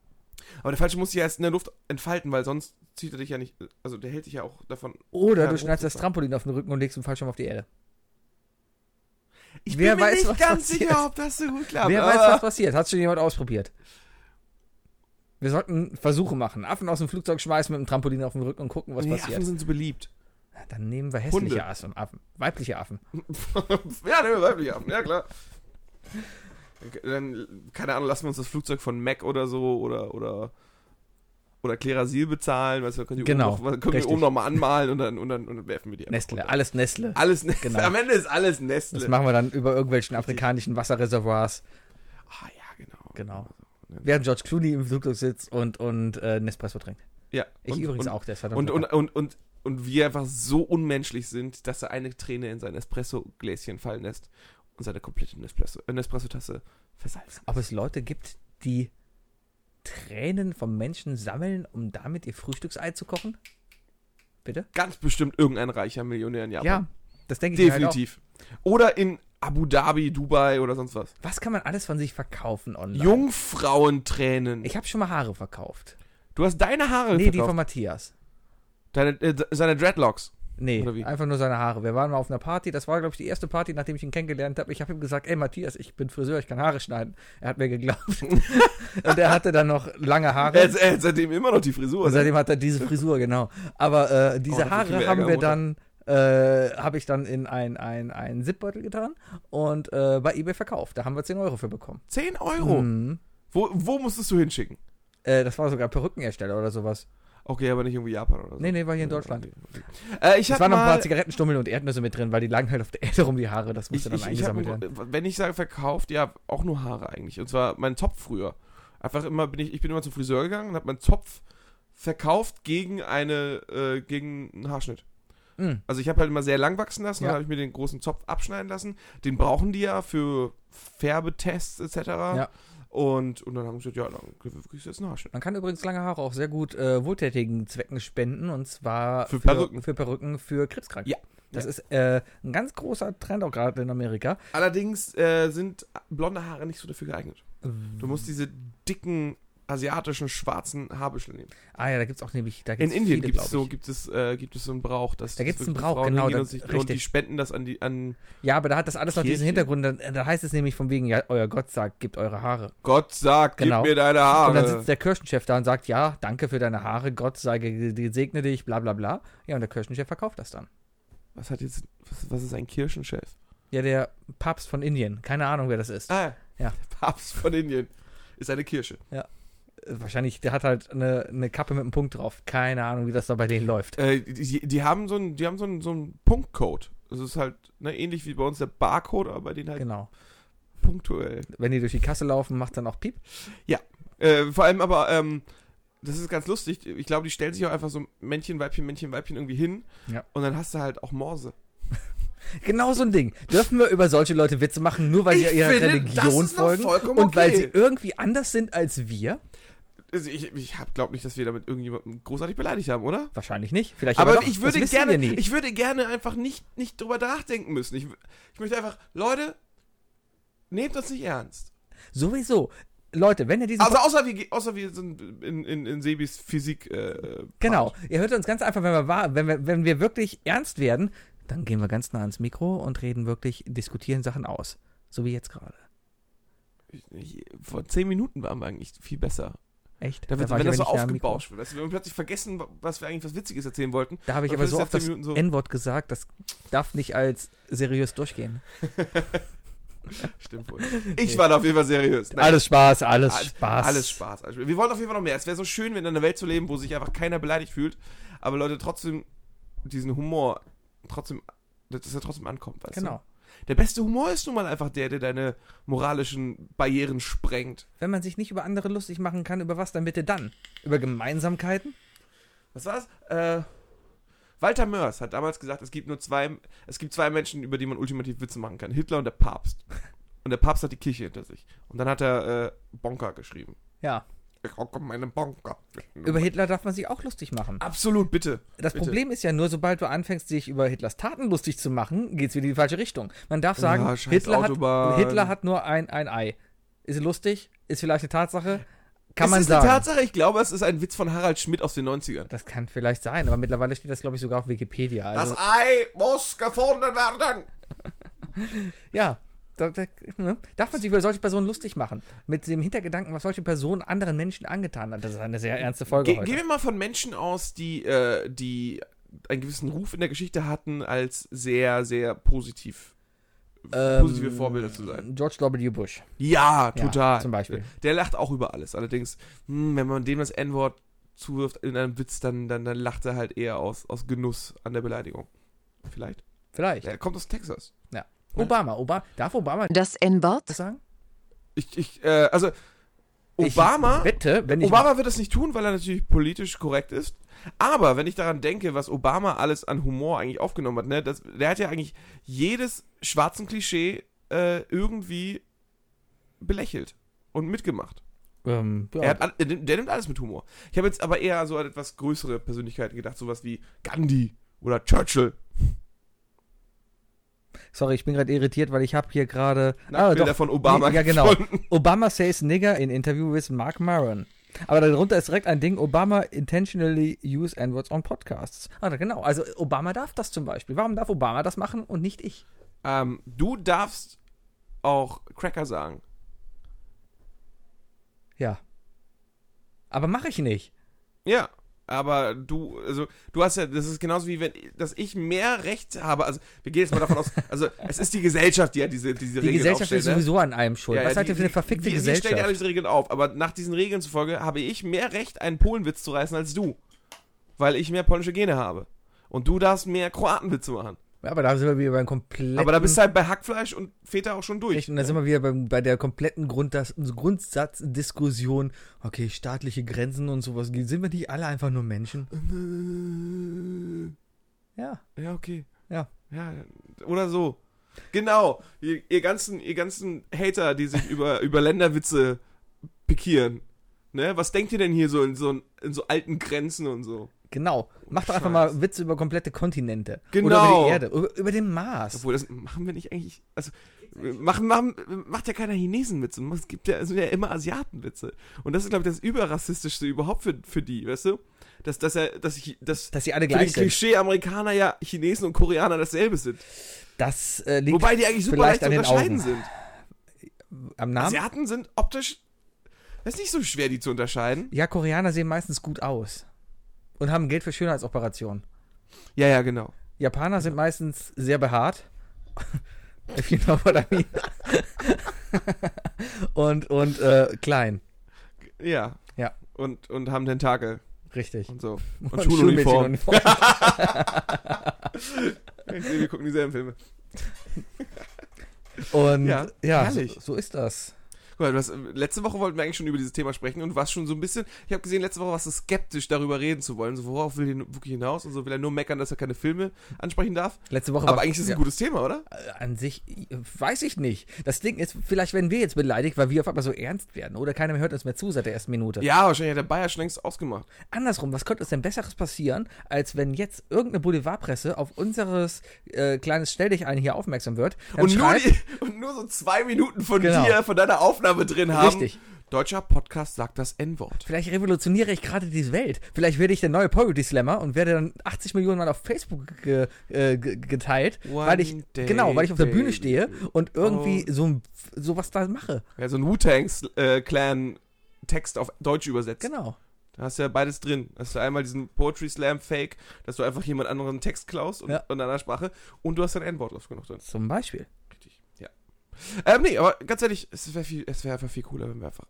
S4: Aber der Fallschirm muss sich ja erst in der Luft entfalten, weil sonst zieht er dich ja nicht, also der hält dich ja auch davon.
S3: Oder
S4: Ja,
S3: du schneidest das
S4: hochgefahren.
S3: Trampolin auf den Rücken und legst den Fallschirm auf die Erde.
S4: Ich
S3: Wer
S4: bin mir
S3: weiß,
S4: nicht
S3: was
S4: ganz
S3: passiert.
S4: sicher, ob das so gut klappt.
S3: Wer weiß,
S4: aber-
S3: was passiert? Hat schon jemand ausprobiert? Wir sollten Versuche machen. Affen aus dem Flugzeug schmeißen mit dem Trampolin auf den Rücken und gucken, was
S4: nee,
S3: passiert.
S4: Affen sind so beliebt.
S3: Dann nehmen wir hässliche
S4: Hunde.
S3: Affen, Affen, weibliche Affen.
S4: ja, nehmen wir weibliche Affen, ja klar. Dann, keine Ahnung, lassen wir uns das Flugzeug von Mac oder so oder, oder oder Klerasil bezahlen, weißt du, dann können die
S3: Genau,
S4: oben, noch, können die
S3: richtig.
S4: oben noch mal anmalen und dann, und dann, und dann werfen wir die einfach
S3: Nestle,
S4: runter.
S3: alles Nestle.
S4: Alles Nestle.
S3: Genau.
S4: Am Ende ist alles
S3: Das
S4: Nestle.
S3: machen wir dann über irgendwelchen afrikanischen Wasserreservoirs.
S4: Ah, ja, genau.
S3: Genau. Während George Clooney im Flugzeug sitzt und, und äh, Nespresso trinkt.
S4: Ja.
S3: Ich
S4: und-
S3: übrigens
S4: und,
S3: auch, der ist verdammt
S4: Und, und,
S3: lecker.
S4: und, und, und wir einfach so unmenschlich sind, dass er eine Träne in sein Espresso-Gläschen fallen lässt und seine komplette Nespresso- äh, Nespresso-Tasse versalzen.
S3: Ob es Leute gibt, die Tränen vom Menschen sammeln, um damit ihr Frühstücksei zu kochen? Bitte?
S4: Ganz bestimmt irgendein reicher Millionär in Japan.
S3: das denke ich Mir halt
S4: Definitiv. Oder in Abu Dhabi, Dubai oder sonst was.
S3: auch. Was kann man alles von sich verkaufen online?
S4: Jungfrauentränen.
S3: Ich habe schon mal Haare verkauft.
S4: Du hast deine Haare
S3: Nee, die von
S4: verkauft.
S3: Matthias.
S4: Deine, äh, seine Dreadlocks.
S3: Nee,
S4: Oder wie?
S3: einfach nur seine Haare. Wir waren mal auf einer Party. Das war, glaube ich, die erste Party, nachdem ich ihn kennengelernt habe. Ich habe ihm gesagt, ey Matthias, ich bin Friseur, ich kann Haare schneiden. Er hat mir geglaubt. und er hatte dann noch lange Haare.
S4: Er hat, er hat seitdem immer noch die Frisur.
S3: Und
S4: ne?
S3: seitdem hat er diese Frisur, genau. Aber äh,
S4: Oh,
S3: diese
S4: da kriegen
S3: Haare
S4: wir
S3: haben
S4: Ärger,
S3: wir
S4: Mutter.
S3: dann, äh, habe ich dann in ein, ein, ein Zipbeutel getan und äh, bei eBay verkauft. Da haben wir 10 Euro für bekommen.
S4: 10 Euro.
S3: Mhm.
S4: Wo, wo musstest du hinschicken?
S3: Äh, das war sogar Perückenhersteller oder sowas.
S4: Okay, aber nicht irgendwie Japan oder so.
S3: Nee, nee, war hier in Deutschland.
S4: Okay. Äh, ich
S3: Es
S4: hab
S3: waren noch ein
S4: mal,
S3: paar Zigarettenstummel und Erdnüsse mit drin, weil die lagen halt auf der Erde rum, die Haare. Das
S4: ich,
S3: musste dann
S4: ich, ich hab,
S3: eingesammelt werden.
S4: wenn ich sage verkauft, ja, auch nur Haare eigentlich. Und zwar meinen Topf früher. Einfach immer bin ich, ich bin immer zum Friseur gegangen und habe meinen Topf verkauft gegen eine, äh, gegen einen Haarschnitt.
S3: Mhm.
S4: Also ich habe halt immer sehr lang wachsen lassen,
S3: Ja.
S4: dann habe ich mir den großen Zopf abschneiden lassen. Den brauchen die ja für Färbetests etc.
S3: Ja.
S4: Und, und dann haben sie gesagt, ja, dann kriegst du jetzt einen Haarschnitt.
S3: Man kann übrigens lange Haare auch sehr gut äh, wohltätigen Zwecken spenden und zwar
S4: Für Perücken.
S3: für Perücken für Krebskranke.
S4: Ja.
S3: Das ist äh, ein ganz großer Trend auch gerade in Amerika.
S4: Allerdings äh, sind blonde Haare nicht so dafür geeignet.
S3: Äh,
S4: Du musst diese dicken asiatischen schwarzen Haarbüschel nehmen.
S3: Ah ja, da gibt's auch nämlich da
S4: In
S3: gibt's
S4: Indien
S3: viele,
S4: gibt es
S3: glaub
S4: so
S3: ich.
S4: gibt es äh, gibt es so einen Brauch, dass
S3: Da gibt's
S4: dass
S3: einen
S4: wirklich
S3: Brauch,
S4: Frauen
S3: genau,
S4: hingehen
S3: das-
S4: und, sich, und die
S3: richtig.
S4: spenden das an die an
S3: Ja, aber da hat das alles noch diesen
S4: Kirche.
S3: Hintergrund. Da, da heißt es nämlich von wegen, ja, euer Gott sagt, gebt eure Haare.
S4: Gott sagt,
S3: Genau.
S4: gib mir deine
S3: Und dann sitzt
S4: Haare.
S3: der Kirchenchef da und sagt, ja, danke für deine Haare, Gott sei ge- gesegne dich, bla bla bla. Ja, und der Kirchenchef verkauft das dann.
S4: Was hat jetzt was, was ist ein Kirchenchef?
S3: Ja, der Papst von Indien, keine Ahnung, wer das ist. Äh,
S4: Ah,
S3: Ja.
S4: der Papst von Indien ist eine Kirche.
S3: Äh, Wahrscheinlich, der hat halt eine, eine Kappe mit einem Punkt drauf. Keine Ahnung, wie das da bei denen läuft.
S4: Äh, die, die haben so einen die haben so einen, so einen Punktcode. Das ist halt ne, ähnlich wie bei uns der Barcode, aber bei denen halt
S3: Genau.
S4: punktuell.
S3: Wenn die durch die Kasse laufen, macht dann auch Piep.
S4: Äh, vor allem aber, ähm, das ist ganz lustig. Ich glaube, die stellen sich auch einfach so Männchen, Weibchen, Männchen, Weibchen irgendwie hin.
S3: Ja.
S4: Und dann hast du halt auch Morse.
S3: Genau so ein Ding. Dürfen wir über solche Leute Witze machen, nur weil sie ihrer Religion folgen
S4: vollkommen
S3: und weil sie
S4: okay.
S3: irgendwie anders sind als wir?
S4: Also ich ich glaube nicht, dass wir damit irgendjemanden großartig beleidigt haben, oder?
S3: Wahrscheinlich nicht. Vielleicht
S4: aber
S3: doch.
S4: ich
S3: Das
S4: würde
S3: wissen
S4: gerne,
S3: wir nie.
S4: ich würde gerne einfach nicht, nicht drüber nachdenken müssen. Ich, w- ich möchte einfach, Leute, nehmt uns nicht ernst.
S3: Sowieso. Leute, wenn ihr diesen
S4: Also außer wir, ge- außer wir sind in, in, in Sebis Physik. Äh,
S3: Genau.
S4: Part.
S3: Ihr hört uns ganz einfach, wenn wir, wahr, wenn, wir, wenn wir wirklich ernst werden, dann gehen wir ganz nah ans Mikro und reden wirklich, diskutieren Sachen aus. So wie jetzt gerade.
S4: Ich- Vor zehn Minuten waren wir eigentlich viel besser.
S3: Echt?
S4: Da wird,
S3: war ich
S4: wenn das so
S3: aber nicht nah am Mikro.
S4: aufgebauscht wird. Weißt du, wenn wir plötzlich vergessen, was wir eigentlich was Witziges erzählen wollten.
S3: Da habe ich
S4: Und
S3: aber so
S4: plötzlich
S3: oft
S4: nach
S3: das
S4: zehn Minuten so-
S3: N-Wort gesagt, das darf nicht als seriös durchgehen.
S4: Stimmt wohl. Ich war da auf jeden Fall seriös. Nein,
S3: Alles Spaß, alles
S4: all-
S3: Spaß.
S4: Alles Spaß. alles Spaß. Wir wollen auf jeden Fall noch mehr. Es wäre so schön, wenn in einer Welt zu leben, wo sich einfach keiner beleidigt fühlt, aber Leute trotzdem diesen Humor trotzdem, dass er trotzdem ankommt. Weißt
S3: Genau.
S4: Du? Der beste Humor ist nun mal einfach der, der deine moralischen Barrieren sprengt.
S3: Wenn man sich nicht über andere lustig machen kann, über was dann bitte dann? Über Gemeinsamkeiten?
S4: Was war's? Äh, Walter Mörs hat damals gesagt, es gibt nur zwei, es gibt zwei Menschen, über die man ultimativ Witze machen kann. Hitler und der Papst. Und der Papst hat die Kirche hinter sich. Und dann hat er äh, Bonker geschrieben.
S3: Ja.
S4: Ich hocke meine Bonker.
S3: Über Hitler darf man sich auch lustig machen.
S4: Absolut, bitte.
S3: Das
S4: Bitte.
S3: Problem ist ja nur, sobald du anfängst, sich über Hitlers Taten lustig zu machen, geht's wieder in die falsche Richtung. Man darf sagen,
S4: Ja, scheiß
S3: Hitler, hat,
S4: Autobahn.
S3: Hitler hat nur ein, ein Ei. Ist lustig, ist vielleicht eine Tatsache, kann
S4: es
S3: man
S4: ist
S3: sagen.
S4: eine Tatsache, ich glaube, es ist ein Witz von Harald Schmidt aus den 90ern.
S3: das kann vielleicht sein, aber mittlerweile steht das, glaube ich, sogar auf Wikipedia. Also,
S4: Ei muss gefunden werden.
S3: ja, da, da, ne? darf man sich über solche Personen lustig machen. Mit dem Hintergedanken, was solche Personen anderen Menschen angetan hat. Das ist eine sehr ernste Folge
S4: Ge
S3: heute.
S4: gehen wir mal von Menschen aus, die, äh, die einen gewissen Ruf in der Geschichte hatten, als sehr, sehr positiv.
S3: Ähm,
S4: positive Vorbilder zu sein.
S3: George W. Bush.
S4: Ja,
S3: Ja,
S4: total.
S3: zum Beispiel.
S4: Der lacht auch über alles. Allerdings, hm, wenn man dem das N-Wort zuwirft in einem Witz, dann, dann, dann lacht er halt eher aus, aus Genuss an der Beleidigung. Vielleicht.
S3: Vielleicht.
S4: Er kommt aus Texas.
S3: Obama, Obama. Darf Obama
S5: Das N-Wort?
S3: das sagen?
S4: Ich, ich, äh, also Obama,
S3: Ich wette, wenn ich.
S4: Obama wird das nicht tun, weil er natürlich politisch korrekt ist. Aber wenn ich daran denke, was Obama alles an Humor eigentlich aufgenommen hat, ne, das, der hat ja eigentlich jedes schwarzen Klischee äh, irgendwie belächelt und mitgemacht.
S3: ähm, ja.
S4: Er hat, all- der nimmt der nimmt alles mit Humor. Ich habe jetzt aber eher an so an etwas größere Persönlichkeiten gedacht, sowas wie Gandhi oder Churchill.
S3: Sorry, ich bin gerade irritiert, weil ich habe hier gerade. Ah,
S4: Bilder
S3: doch.
S4: von Obama.
S3: Ja, genau.
S4: gefunden.
S3: Obama says nigger in interview with Mark Maron. Aber darunter ist direkt ein Ding, Obama intentionally use N-Words on podcasts. Ah, genau. Also Obama darf das zum Beispiel. Warum darf Obama das machen und nicht ich?
S4: Ähm, du darfst auch Cracker sagen.
S3: Ja. Aber mache ich nicht.
S4: Ja, aber du, also du hast ja, das ist genauso wie wenn, dass ich mehr Recht habe. Also wir gehen jetzt mal davon aus, also es ist die Gesellschaft, die ja diese, diese
S3: Die
S4: Regeln
S3: Gesellschaft ist
S4: aufstellt, ne?
S3: sowieso an einem schuld.
S4: Ja,
S3: Was
S4: ja,
S3: seid ihr
S4: die-
S3: für eine
S4: die-
S3: verfickte
S4: wir- Wir stellen ja
S3: Gesellschaft?
S4: alle diese Regeln auf, aber nach diesen Regeln zufolge habe ich mehr Recht, einen Polenwitz zu reißen als du. Weil ich mehr polnische Gene habe. Und du darfst mehr Kroatenwitze machen.
S3: Ja, aber da sind wir wieder beim kompletten.
S4: Aber da bist du halt bei Hackfleisch und Feta auch schon durch.
S3: Richtig, und da sind wir wieder beim, bei der kompletten Grundsatz, Grundsatzdiskussion. Okay, staatliche Grenzen und sowas. Sind wir nicht alle einfach nur Menschen? Ja.
S4: Ja, okay.
S3: Ja.
S4: Ja, oder so. Genau. Ihr, ihr, ganzen, ihr ganzen Hater, die sich über, über Länderwitze pikieren. Ne? Was denkt ihr denn hier so in so, in so alten Grenzen und so?
S3: Genau. Mach doch einfach
S4: Scheiß.
S3: mal Witze über komplette Kontinente. Oder über
S4: Genau.
S3: die Erde. Über, über den Mars.
S4: Obwohl, das machen wir nicht eigentlich. Also, machen, machen, macht ja keiner Chinesenwitze. Es gibt ja, es sind ja immer Asiatenwitze. Und das ist, glaube ich, das Überrassistischste überhaupt für, für die, weißt du? Dass, dass, er, dass, ich, dass
S3: Dass sie alle
S4: für den
S3: gleich sind.
S4: Klischee-Amerikaner ja Chinesen und Koreaner dasselbe sind.
S3: Das äh, liegt
S4: Wobei die eigentlich super
S3: vielleicht
S4: leicht zu
S3: an den
S4: unterscheiden
S3: Augen.
S4: sind.
S3: am Namen.
S4: Asiaten sind optisch. Das ist nicht so schwer, die zu unterscheiden.
S3: Ja, Koreaner sehen meistens gut aus. Und haben Geld für Schönheitsoperationen.
S4: Ja, ja, genau.
S3: Japaner sind meistens sehr behaart. If you know what I mean. und und äh, klein.
S4: Ja.
S3: Ja.
S4: Und, und haben Tentakel
S3: Richtig.
S4: und so. Und,
S3: Und
S4: Schuluniformen.
S3: Schulmädchenuniform.
S4: Ich sehe, wir gucken dieselben Filme.
S3: Und
S4: Ja,
S3: ja,
S4: herrlich.
S3: so, so ist das.
S4: Guck mal, du hast, äh, letzte Woche wollten wir eigentlich schon über dieses Thema sprechen und du warst schon so ein bisschen. Ich habe gesehen, letzte Woche warst du skeptisch, darüber reden zu wollen. So, worauf will er wirklich hinaus? Und so will er nur meckern, dass er keine Filme ansprechen darf.
S3: Letzte Woche
S4: Aber
S3: war-
S4: eigentlich ist es
S3: ja.
S4: ein gutes Thema, oder?
S3: Äh, an sich äh, weiß ich nicht. Das Ding ist, vielleicht werden wir jetzt beleidigt, weil wir auf einmal so ernst werden oder keiner mehr hört uns mehr zu seit der ersten Minute.
S4: Ja, wahrscheinlich hat der Bayer schon längst ausgemacht.
S3: Andersrum, was könnte uns denn Besseres passieren, als wenn jetzt irgendeine Boulevardpresse auf unseres äh, kleines Stell dich ein hier aufmerksam wird? dann
S4: Und nur,
S3: schreibt-
S4: die, und nur so zwei Minuten von
S3: Genau.
S4: dir, von deiner Aufnahme drin haben.
S3: Richtig.
S4: Deutscher Podcast sagt das N-Wort.
S3: Vielleicht revolutioniere ich gerade die Welt. Vielleicht werde ich der neue Poverty Slammer und werde dann 80 Millionen Mal auf Facebook ge, äh, ge, geteilt,
S4: One
S3: weil ich
S4: day, Oh.
S3: genau, weil ich auf der
S4: baby.
S3: Bühne stehe und irgendwie so ein- sowas da mache.
S4: Ja, so ein Wu-Tang-Clan-Text auf Deutsch übersetzt.
S3: Genau.
S4: Da hast du ja beides drin. Da hast du einmal diesen Poetry Slam Fake, dass du einfach jemand anderen einen Text klaust und
S3: Ja.
S4: in einer Sprache und du hast dein N-Wort oft genug drin.
S3: Zum Beispiel.
S4: Richtig. Ja. Ähm, nee, aber ganz ehrlich, es wäre viel, es wär einfach viel cooler, wenn wir einfach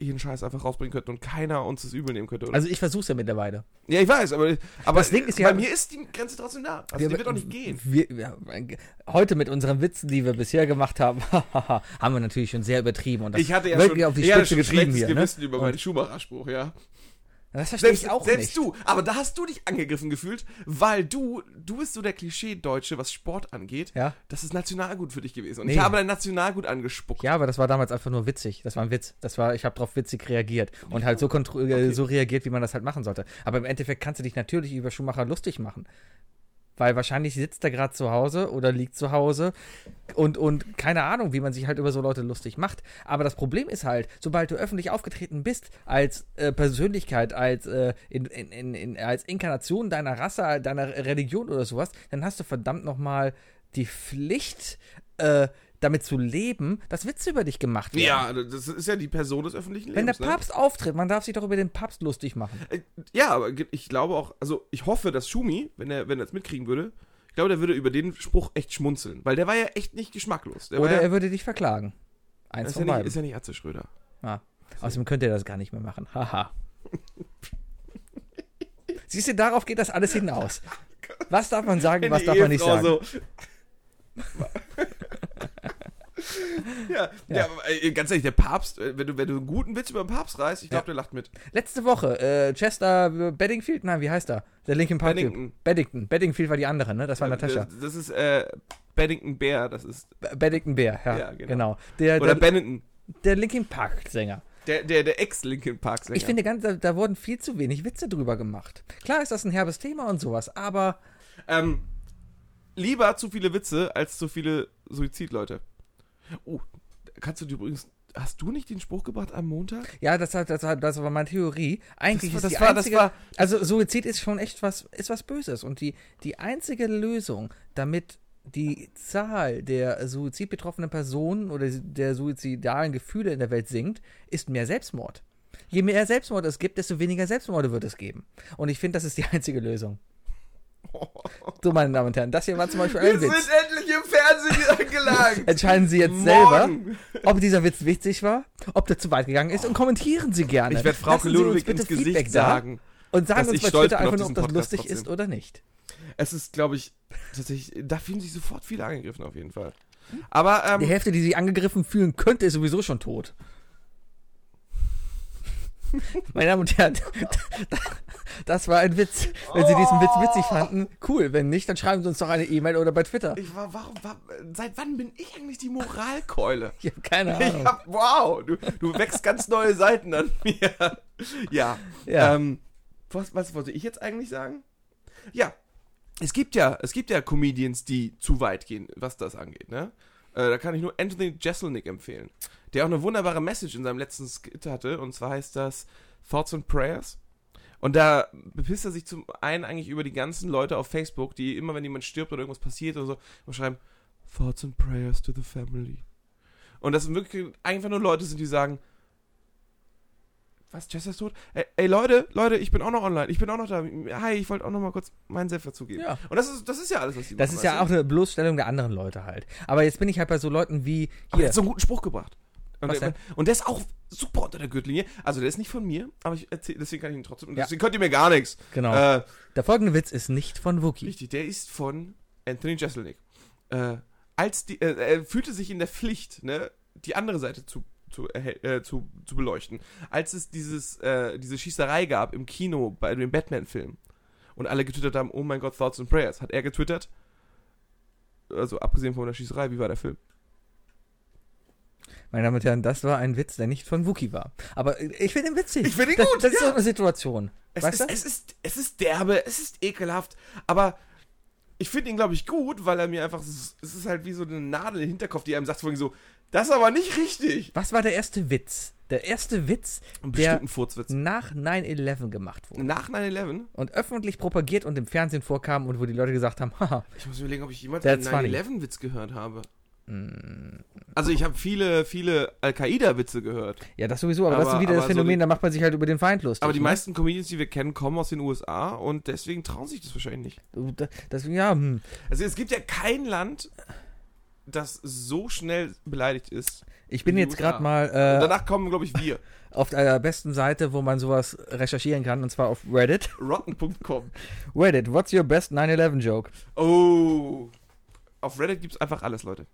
S4: jeden Scheiß einfach rausbringen könnten und keiner uns das übel nehmen könnte. Oder?
S3: Also ich versuche es ja mittlerweile.
S4: ja, ich weiß, aber, aber
S3: Das Ding ist
S4: bei
S3: ja-
S4: mir ist die Grenze trotzdem da. Also die wird auch nicht gehen.
S3: Wir, wir, heute mit unseren Witzen, die wir bisher gemacht haben, haben wir natürlich schon sehr übertrieben. Und das
S4: Ich hatte ja
S3: wirklich
S4: schon,
S3: auf die
S4: ich hatte
S3: Spitze
S4: schon
S3: getrieben
S4: schlechtes
S3: hier. Ne?
S4: Gewissen über meinen Schumacher-Spruch, ja.
S3: Das verstehe
S4: Selbst,
S3: ich auch
S4: selbst
S3: nicht.
S4: du, aber da hast du dich angegriffen gefühlt, weil du, du bist so der Klischee-Deutsche, was Sport angeht.
S3: Ja.
S4: Das ist Nationalgut für dich gewesen. Und
S3: Nee.
S4: ich habe dein Nationalgut angespuckt.
S3: Ja, aber das war damals einfach nur witzig. Das war ein Witz. Das war, ich habe drauf witzig reagiert und halt so, kontro- äh, so reagiert, wie man das halt machen sollte. Aber im Endeffekt kannst du dich natürlich über Schumacher lustig machen. Weil wahrscheinlich sitzt er gerade zu Hause oder liegt zu Hause und, und keine Ahnung, wie man sich halt über so Leute lustig macht. Aber das Problem ist halt, sobald du öffentlich aufgetreten bist als äh, Persönlichkeit, als, äh, in, in, in, in, als Inkarnation deiner Rasse, deiner Religion oder sowas, dann hast du verdammt nochmal die Pflicht, äh, damit zu leben, dass Witze über dich gemacht werden.
S4: Ja, also ne? das ist ja die Person des öffentlichen
S3: Wenn der
S4: Lebens.
S3: Papst auftritt, man darf sich doch über den Papst lustig machen.
S4: Ne? Äh, Ja, aber ge- ich glaube auch, also ich hoffe, dass Schumi, wenn er wenn er es mitkriegen würde, ich glaube, der würde über den Spruch echt schmunzeln, weil der war ja echt nicht geschmacklos. Der
S3: Oder
S4: war ja,
S3: er würde dich verklagen. Eins
S4: ist,
S3: von
S4: ja nicht,
S3: beiden.
S4: ist ja nicht Atze Schröder.
S3: Ah. Außerdem könnte er das gar nicht mehr machen. Haha. Siehst du, darauf geht das alles hinaus. Was darf man sagen, was darf man nicht sagen?
S4: Ehefrau so- ja, ja. aber, äh, ganz ehrlich, der Papst, äh, wenn du, wenn du einen guten Witz über den Papst reißt, ich glaube,
S3: Ja.
S4: der lacht mit.
S3: Letzte Woche, äh, Chester äh, Beddingfield, nein, wie heißt er? Der Linkin Park
S4: Beddington.
S3: Typ. Beddington. Beddingfield war die andere, ne? Das war Natascha.
S4: Das, das ist äh, Bennington Bear, das ist.
S3: B- Beddington Bear, ja,
S4: Ja, genau.
S3: genau. Der,
S4: Oder
S3: der,
S4: Bennington.
S3: der Linkin Park Sänger.
S4: Der, der, der Ex-Linkin Park Sänger.
S3: Ich finde ganz, da, da wurden viel zu wenig Witze drüber gemacht. Klar ist das ein herbes Thema und sowas, aber
S4: Ähm, lieber zu viele Witze als zu viele Suizidleute. Oh, kannst du dir übrigens. Hast du nicht den Spruch gebracht am Montag?
S3: ja, das, hat, das, hat, das war meine Theorie. Eigentlich
S4: Das war-
S3: ist die
S4: das war- das
S3: einzige,
S4: war-
S3: also Suizid ist schon echt was, ist was Böses und die, die einzige Lösung, damit die Zahl der suizidbetroffenen Personen oder der suizidalen Gefühle in der Welt sinkt, ist mehr Selbstmord. Je mehr Selbstmord es gibt, desto weniger Selbstmorde wird es geben. Und ich finde, das ist die einzige Lösung. So, meine Damen und Herren, das hier war zum Beispiel ein Witz.
S4: endlich im Fernsehen angelangt!
S3: Entscheiden Sie jetzt
S4: Morgen.
S3: selber, ob dieser Witz witzig war, ob der zu weit gegangen ist und kommentieren Sie gerne.
S4: Ich werde Frauke
S3: Lassen Sie uns
S4: Ludwig
S3: bitte
S4: ins Gesicht
S3: Feedback da
S4: sagen.
S3: Und sagen
S4: dass
S3: uns
S4: ich
S3: bei
S4: stolz
S3: Twitter
S4: bin auf
S3: einfach nur, ob
S4: diesen
S3: das
S4: Podcast
S3: lustig
S4: trotzdem.
S3: ist oder nicht.
S4: Es ist, glaube ich, tatsächlich, da fühlen sich sofort viele angegriffen auf jeden Fall. Aber
S3: Die
S4: ähm,
S3: Hälfte, die sich angegriffen fühlen könnte, ist sowieso schon tot. Meine Damen und Herren, das war ein Witz. Wenn Sie diesen Witz witzig
S4: Oh.
S3: fanden, cool. Wenn nicht, dann schreiben Sie uns doch eine E-Mail oder bei Twitter.
S4: ich war, warum, war, seit wann bin ich eigentlich die Moralkeule?
S3: Ich habe keine
S4: Ich
S3: Ahnung.
S4: hab, wow, du, du wächst ganz neue Seiten an mir. Ja.
S3: Ja.
S4: Ähm, was, was wollte ich jetzt eigentlich sagen? Ja, es gibt ja, es gibt ja Comedians, die zu weit gehen, was das angeht, ne? Äh, da kann ich nur Anthony Jeselnik empfehlen, der auch eine wunderbare Message in seinem letzten Skit hatte, und zwar heißt das Thoughts and Prayers. Und da bepisst er sich zum einen eigentlich über die ganzen Leute auf Facebook, die immer, wenn jemand stirbt oder irgendwas passiert oder so, immer schreiben, Thoughts and Prayers to the Family. Und das sind wirklich einfach nur Leute sind, die sagen, was, Chester ist tot? Ey, ey, Leute, Leute, ich bin auch noch online, ich bin auch noch da. Hi, ich wollte auch noch mal kurz meinen Senf dazugeben.
S3: Ja.
S4: Und das ist, das ist ja alles, was die
S3: Das
S4: machen,
S3: ist ja auch
S4: weißt
S3: eine Bloßstellung der anderen Leute halt. Aber jetzt bin ich halt bei so Leuten wie
S4: du? Aber der
S3: hier.
S4: hat so einen guten Spruch gebracht. Und
S3: Was
S4: der,
S3: denn?
S4: und der ist auch super unter der Gürtellinie. Also der ist nicht von mir, aber ich erzähl, deswegen kann ich ihn trotzdem. und
S3: Ja.
S4: Deswegen könnt ihr mir gar nichts.
S3: Genau.
S4: Äh,
S3: Der folgende Witz ist nicht von Wookie.
S4: Richtig, der ist von Anthony Jeselnik. Äh, als die, äh, er fühlte sich in der Pflicht, ne, die andere Seite zu, zu, erhel- äh, zu, zu beleuchten. Als es dieses, äh, diese Schießerei gab im Kino bei dem Batman-Film und alle getwittert haben, oh mein Gott, Thoughts and Prayers, hat er getwittert. Also abgesehen von der Schießerei, wie war der Film?
S3: Meine Damen und Herren, das war ein Witz, der nicht von Wookie war. Aber äh, ich finde ihn witzig.
S4: Ich finde ihn
S3: das,
S4: gut,
S3: Das ist
S4: ja.
S3: so eine Situation.
S4: Es
S3: weißt
S4: ist,
S3: du?
S4: es, ist, es ist derbe, es ist ekelhaft, aber ich finde ihn, glaube ich, gut, weil er mir einfach, s- es ist halt wie so eine Nadel im Hinterkopf, die einem sagt, vorhin so, das ist aber nicht richtig.
S3: Was war der erste Witz? Der erste Witz,
S4: Einen
S3: der Hm.
S4: bestimmten Furzwitz.
S3: nach 9-11 gemacht wurde.
S4: Nach 9-11,
S3: Und öffentlich propagiert und im Fernsehen vorkam und wo die Leute gesagt haben, haha,
S4: ich muss mir überlegen, ob ich jemals
S3: That's Hm.
S4: einen 9-11-Witz gehört habe. Also ich habe viele, viele Al-Qaida-Witze gehört.
S3: ja, das sowieso, aber, das
S4: Aber-
S3: ist wieder das
S4: aber so
S3: Phänomen,
S4: die-
S3: da macht man sich halt über den Feind lustig.
S4: Aber die
S3: ne?
S4: meisten Comedians, die wir kennen, kommen aus den USA und deswegen trauen sich das wahrscheinlich nicht.
S3: Das, das, ja, hm.
S4: Also es gibt ja kein Land, das so schnell beleidigt ist.
S3: Ich bin
S4: Die
S3: jetzt gerade
S4: USA.
S3: mal
S4: Und
S3: äh,
S4: danach kommen, glaube ich, wir.
S3: auf der besten Seite, wo man sowas recherchieren kann, und zwar auf Reddit.
S4: Rotten.com.
S3: Reddit, what's your best 9-11 joke?
S4: Oh. Auf Reddit gibt's einfach alles, Leute.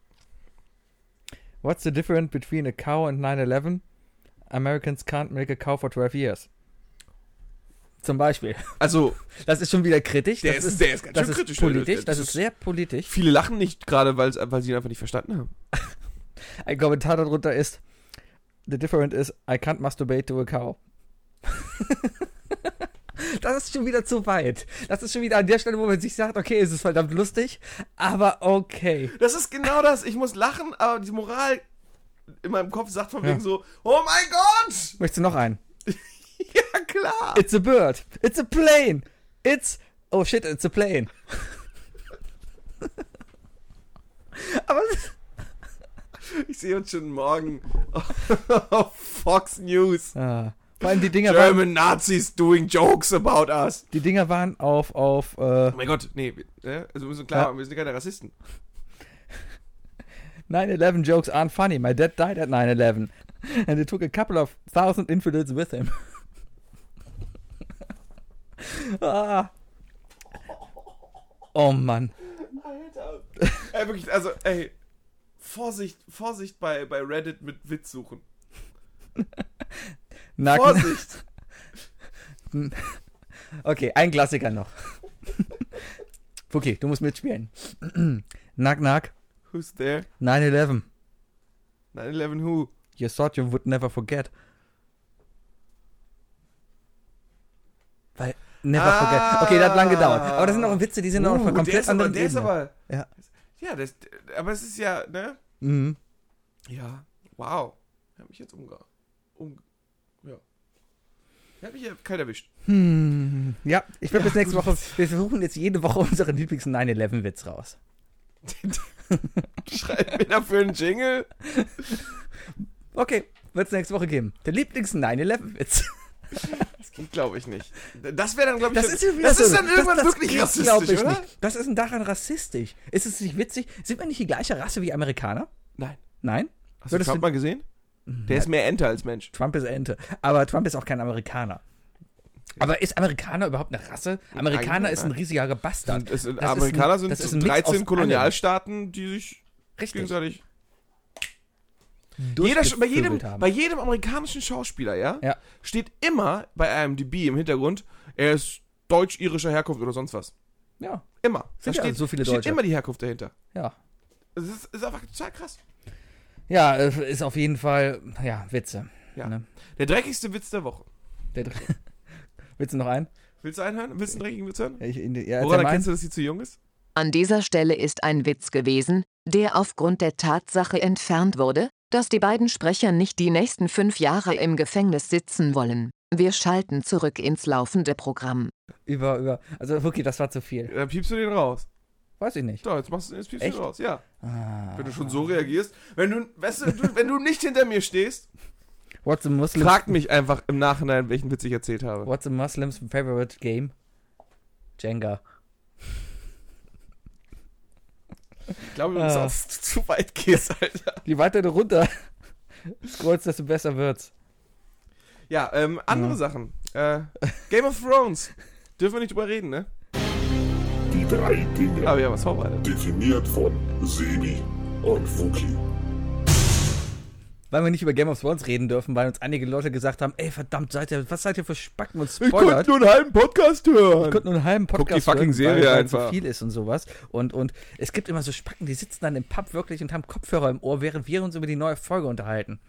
S3: What's the difference between a cow and 9-11? Americans can't milk a cow for 12 years. Zum Beispiel.
S4: Also,
S3: Das ist schon wieder kritisch.
S4: der,
S3: das
S4: ist, der ist ganz
S3: das
S4: schön
S3: ist
S4: kritisch.
S3: politisch. Das ist sehr politisch.
S4: Viele lachen nicht gerade, weil's- weil sie ihn einfach nicht verstanden haben.
S3: Ein Kommentar darunter ist, the difference is, I can't masturbate to a cow. Das ist schon wieder zu weit. Das ist schon wieder an der Stelle, wo man sich sagt, okay, es ist verdammt lustig, aber okay.
S4: Das ist genau das. Ich muss lachen, aber die Moral in meinem Kopf sagt von
S3: Ja.
S4: wegen so, oh mein Gott!
S3: Möchtest du noch einen?
S4: Ja, klar!
S3: It's a bird. It's a plane. It's. Oh shit, it's a plane. Aber es-
S4: Ich sehe uns schon morgen auf Fox News.
S3: ah, vor allem die Dinger waren,
S4: German Nazis doing jokes about us.
S3: die Dinger waren auf auf äh,
S4: Oh mein Gott, nee, ne? also wir müssen klar,
S3: Ja.
S4: machen, wir sind keine Rassisten.
S3: 9/11 Jokes aren't funny. My dad died at 9/11 and he took a couple of thousand infidels with him. Ah. Oh Mann.
S4: Alter. ey, wirklich, also, ey. Vorsicht, Vorsicht bei, bei Reddit mit Witz suchen.
S3: Nacken.
S4: Vorsicht!
S3: Okay, ein Klassiker noch. Okay, du musst mitspielen. Nack, nack.
S4: Who's there?
S3: 9-11.
S4: 9-11 who?
S3: You thought you would never forget. Weil, never
S4: Ah.
S3: forget. Okay, das hat lang gedauert. Aber das sind auch Witze, die sind auch auf einer
S4: Uh,
S3: Genau, komplett
S4: der ist aber,
S3: anderen
S4: der ist
S3: Ebene.
S4: aber,
S3: Ja.
S4: ja, das, aber es ist ja, ne?
S3: Mhm.
S4: Ja. Wow. Er hat mich jetzt umge... Um, ja. Er hat mich ja kalt erwischt.
S3: Hm. Ja, ich werde bis nächste Woche. Wir versuchen jetzt jede Woche unseren Lieblings 9-11-Witz raus.
S4: Schreibt mir dafür einen Jingle.
S3: Okay, wird es nächste Woche geben. Der Lieblings 9-11-Witz.
S4: Das geht, glaube ich, nicht. Das wäre dann, glaube ich,
S3: Das ist, ja wieder
S4: das
S3: so-
S4: ist dann irgendwann
S3: das- das
S4: wirklich
S3: geht,
S4: rassistisch,
S3: glaub ich
S4: oder?
S3: Nicht. Das ist denn daran rassistisch? Ist es nicht witzig? Sind wir nicht die gleiche Rasse wie Amerikaner?
S4: Nein.
S3: Nein?
S4: Hast
S3: Würdest
S4: du Mhm. Trump
S3: du-
S4: mal gesehen? Der ist mehr Ente als Mensch.
S3: Trump ist Ente. Aber Trump ist auch kein Amerikaner. Aber ist Amerikaner überhaupt eine Rasse? Amerikaner
S4: Nein,
S3: ist ein
S4: nein.
S3: riesiger Bastard.
S4: Das sind,
S3: Das ist ein-
S4: Amerikaner sind
S3: das ist
S4: so
S3: ein Mix
S4: 13
S3: aus
S4: Kolonialstaaten, die sich
S3: Richtig.
S4: gegenseitig. Jeder,
S3: durchgevögelt
S4: bei, jedem,
S3: haben.
S4: bei jedem amerikanischen Schauspieler, ja,
S3: Ja.
S4: steht immer bei IMDb im Hintergrund, er ist deutsch-irischer Herkunft oder sonst was.
S3: ja,
S4: Immer.
S3: Sind ja
S4: steht,
S3: so viele
S4: steht
S3: Deutsche.
S4: immer die Herkunft dahinter.
S3: ja.
S4: Das ist, ist einfach total krass.
S3: Ja, äh, ist auf jeden Fall, ja, Witze.
S4: Ja.
S3: Ne?
S4: Der dreckigste Witz der Woche.
S3: Der dr- Willst du noch einen?
S4: Willst du einen hören? Willst du einen dreckigen Witz hören?
S3: Ja, ich, in, ja,
S4: Woran
S3: Äh, erzähl mal
S4: erkennst du, dass sie zu jung ist?
S5: An dieser Stelle ist ein Witz gewesen, der aufgrund der Tatsache entfernt wurde, dass die beiden Sprecher nicht die nächsten fünf Jahre im Gefängnis sitzen wollen. Wir schalten zurück ins laufende Programm.
S3: einen. über, über. Also wirklich, das war zu viel.
S4: Dann piepst du den raus.
S3: Weiß ich nicht.
S4: So, jetzt machst du jetzt piepst du
S3: Echt?
S4: den raus. Ja.
S3: Ah.
S4: Wenn du schon so reagierst. Wenn du, weißt du, du, wenn du nicht hinter mir stehst,
S3: What's a Muslim?
S4: fragt mich einfach im Nachhinein, welchen Witz ich erzählt habe.
S3: What's a Muslim's favorite game? Jenga.
S4: Ich glaube, du bist
S3: Ah.
S4: auch zu weit gehst, Alter.
S3: Je weiter du runter scrollst, desto besser wird's.
S4: Ja, ähm, andere Sachen. Äh, Game of Thrones. Dürfen wir nicht drüber reden, ne?
S6: Die drei Dinge,
S4: Aber ja, was vorbereitet.
S6: definiert von Sebi und Fuki.
S3: Weil wir nicht über Game of Thrones reden dürfen, weil uns einige Leute gesagt haben, ey verdammt, seid ihr, was seid ihr für Spacken und Spoiler?
S4: nur einen halben Podcast hören.
S3: Ich konnte nur einen halben Podcast
S4: die fucking
S3: hören,
S4: Serie
S3: weil, weil
S4: einfach.
S3: so viel ist und sowas. Und, und es gibt immer so Spacken, die sitzen dann im Pub wirklich und haben Kopfhörer im Ohr, während wir uns über die neue Folge unterhalten.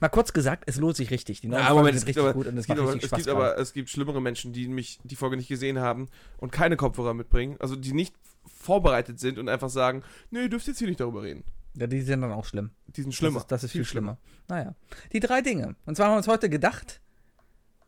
S3: Mal kurz gesagt, es lohnt sich richtig. Die neue
S4: Ja,
S3: Folge
S4: Moment,
S3: ist
S4: es gibt,
S3: richtig
S4: aber,
S3: gut und
S4: es,
S3: es
S4: gibt
S3: macht
S4: aber,
S3: richtig
S4: es
S3: Spaß.
S4: gibt aber es gibt schlimmere Menschen, die mich die Folge nicht gesehen haben und keine Kopfhörer mitbringen, also die nicht vorbereitet sind und einfach sagen, nee, ihr dürft jetzt hier nicht darüber reden.
S3: ja, die sind dann auch schlimm.
S4: Die sind schlimmer.
S3: Das ist, das ist viel, schlimmer. Naja. Die drei Dinge. Und zwar haben wir uns heute gedacht.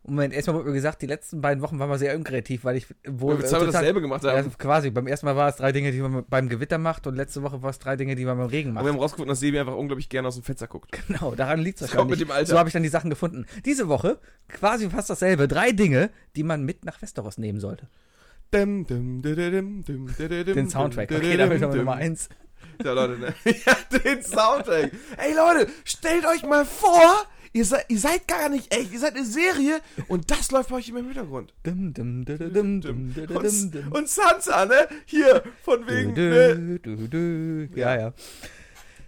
S3: Moment, erstmal wurde mir gesagt, die letzten beiden Wochen waren wir sehr unkreativ, weil ich wohl.
S4: Weil wir zweimal
S3: total-
S4: dasselbe gemacht
S3: Ja,
S4: haben.
S3: quasi. Beim ersten Mal war es drei Dinge, die man beim Gewitter macht und letzte Woche war es drei Dinge, die man beim Regen macht.
S4: Aber wir haben rausgefunden, dass Sebi einfach unglaublich gerne aus dem Fenster guckt.
S3: Genau, daran liegt es
S4: kommt
S3: wahrscheinlich.
S4: mit dem Alter.
S3: So habe ich dann die Sachen gefunden. Diese Woche quasi fast dasselbe. Drei Dinge, die man mit nach Westeros nehmen sollte.
S4: Den Soundtrack.
S3: Den Soundtrack. Okay, da bin ich aber Nummer eins.
S4: Ja, Leute, ne? Ja, den Soundtrack. Ey, Leute, stellt euch mal vor, ihr, se ihr seid gar nicht echt, ihr seid eine Serie und das läuft bei euch immer im Hintergrund.
S3: Dum, dum, dum, dum, dum, dum, dum,
S4: Und,
S3: dum.
S4: und Sansa, ne? Hier, von wegen,
S3: Dö,
S4: ne?
S3: dö, dö, dö. Ja, ja.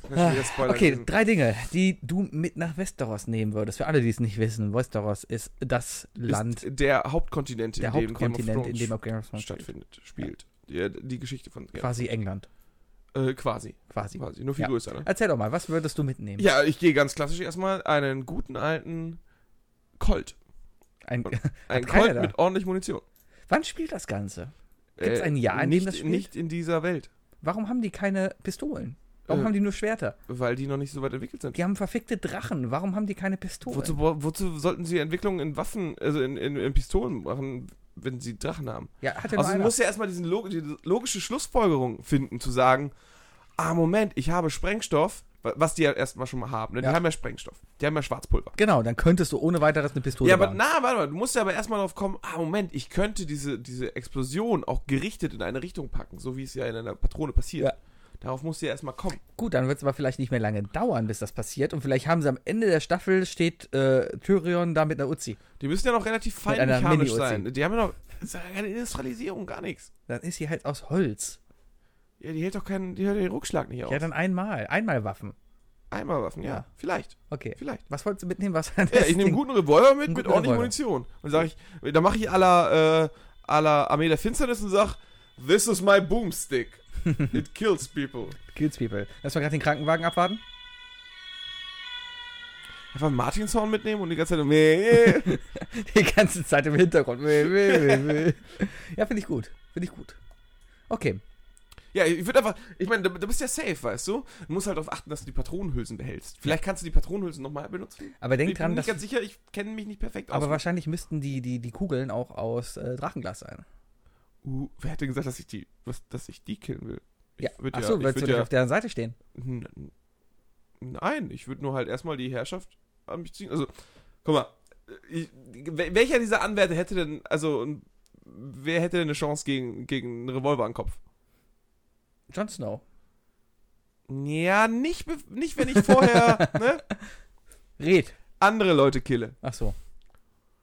S4: Das ist wieder Spoiler
S3: Ah, Okay,
S4: gewesen.
S3: drei Dinge, die du mit nach Westeros nehmen würdest. Für alle, die es nicht wissen, Westeros ist das Land,
S4: Ist der Hauptkontinent,
S3: der
S4: in dem Game of
S3: Hauptkontinent, in
S4: Thrones
S3: dem auch Game of Thrones stattfindet.
S4: stattfindet, spielt. Die, die Geschichte von, ja,
S3: Quasi England,
S4: äh, quasi,
S3: quasi.
S4: quasi, nur viel
S3: Ja. Also,
S4: größer, ne?
S3: Erzähl doch mal, was würdest du mitnehmen?
S4: Ja, ich gehe ganz klassisch erstmal einen guten alten Colt.
S3: Ein,
S4: Ein
S3: keiner
S4: Colt
S3: da.
S4: mit ordentlich Munition. Äh,
S3: wann spielt das Ganze? Gibt's ein Jahr, in dem
S4: nicht,
S3: das spielt?
S4: Nicht in dieser Welt,
S3: Warum haben die keine Pistolen? Warum
S4: Äh.
S3: haben die nur Schwerter?
S4: weil die noch nicht so weit entwickelt sind.
S3: Die haben verfickte Drachen. Warum haben die keine Pistolen?
S4: Wozu, bra- wozu sollten sie Entwicklungen in Waffen, also in, in, in Pistolen machen, wenn sie Drachen haben?
S3: ja, hat ja nur
S4: Also
S3: einer.
S4: muss ja erstmal diesen log die logische Schlussfolgerung finden, zu sagen, ah Moment, ich habe Sprengstoff, wa- was die ja erstmal schon mal haben, ne? die
S3: Ja.
S4: haben ja Sprengstoff, die haben ja Schwarzpulver.
S3: Genau, dann könntest du ohne weiteres eine Pistole
S4: ja, aber
S3: bauen.
S4: na, warte mal, du musst ja aber erstmal drauf kommen, ah Moment, ich könnte diese, diese Explosion auch gerichtet in eine Richtung packen, so wie es ja in einer Patrone passiert.
S3: Ja.
S4: Darauf musst du ja erstmal kommen.
S3: Gut, dann wird es aber vielleicht nicht mehr lange dauern, bis das passiert. Und vielleicht haben sie am Ende der Staffel steht äh, Tyrion da mit einer Uzi.
S4: Die müssen ja noch relativ fein
S3: einer
S4: mechanisch
S3: Mini-Uzi.
S4: sein. Die haben ja noch ist ja keine Industrialisierung, gar nichts.
S3: Dann ist sie halt aus Holz.
S4: Ja, die hält doch keinen, die hört den Rückschlag nicht auf.
S3: Ja, dann einmal. Einmal Waffen.
S4: Einmal Waffen, ja.
S3: Ja.
S4: Vielleicht.
S3: Okay.
S4: Vielleicht.
S3: Was wolltest du mitnehmen? Was war
S4: Ja,
S3: das
S4: ich nehme
S3: Ding?
S4: einen guten Revolver mit,
S3: Einen
S4: mit
S3: guten
S4: ordentlich
S3: Revolver.
S4: Munition. Und sag ich, dann mache ich à la, äh, à la Armee der Finsternis und sag, this is my boomstick. It kills people.
S3: Kills People. Lass mal gerade den Krankenwagen abwarten.
S4: Einfach einen Martinshorn mitnehmen und die ganze Zeit, nee.
S3: Die ganze Zeit im Hintergrund. Weh, weh, weh, weh. ja, finde ich gut. Finde ich gut. Okay.
S4: Ja, ich würde einfach, ich meine, du, du bist ja safe, weißt du? Du musst halt darauf achten, dass du die Patronenhülsen behältst. Vielleicht kannst du die Patronenhülsen nochmal benutzen.
S3: Aber denk
S4: ich
S3: dran,
S4: bin
S3: dass.
S4: nicht ganz sicher, ich kenne mich nicht perfekt
S3: Aber
S4: aus.
S3: wahrscheinlich müssten die, die, die Kugeln auch aus äh, Drachenglas sein.
S4: Uh, wer hat denn gesagt, dass ich die, was, dass ich die killen will? Ich
S3: Ja.
S4: würd
S3: Achso,
S4: ich
S3: willst du
S4: würd
S3: nicht auf deren Seite stehen?
S4: N- Nein, ich würde nur halt erstmal die Herrschaft an mich ziehen. Also, guck mal, ich, wel- welcher dieser Anwärter hätte denn, also, n- wer hätte denn eine Chance gegen, gegen einen Revolver am Kopf?
S3: Jon Snow.
S4: Ja, nicht, be- nicht wenn ich vorher ne,
S3: Red.
S4: andere Leute kille.
S3: Achso.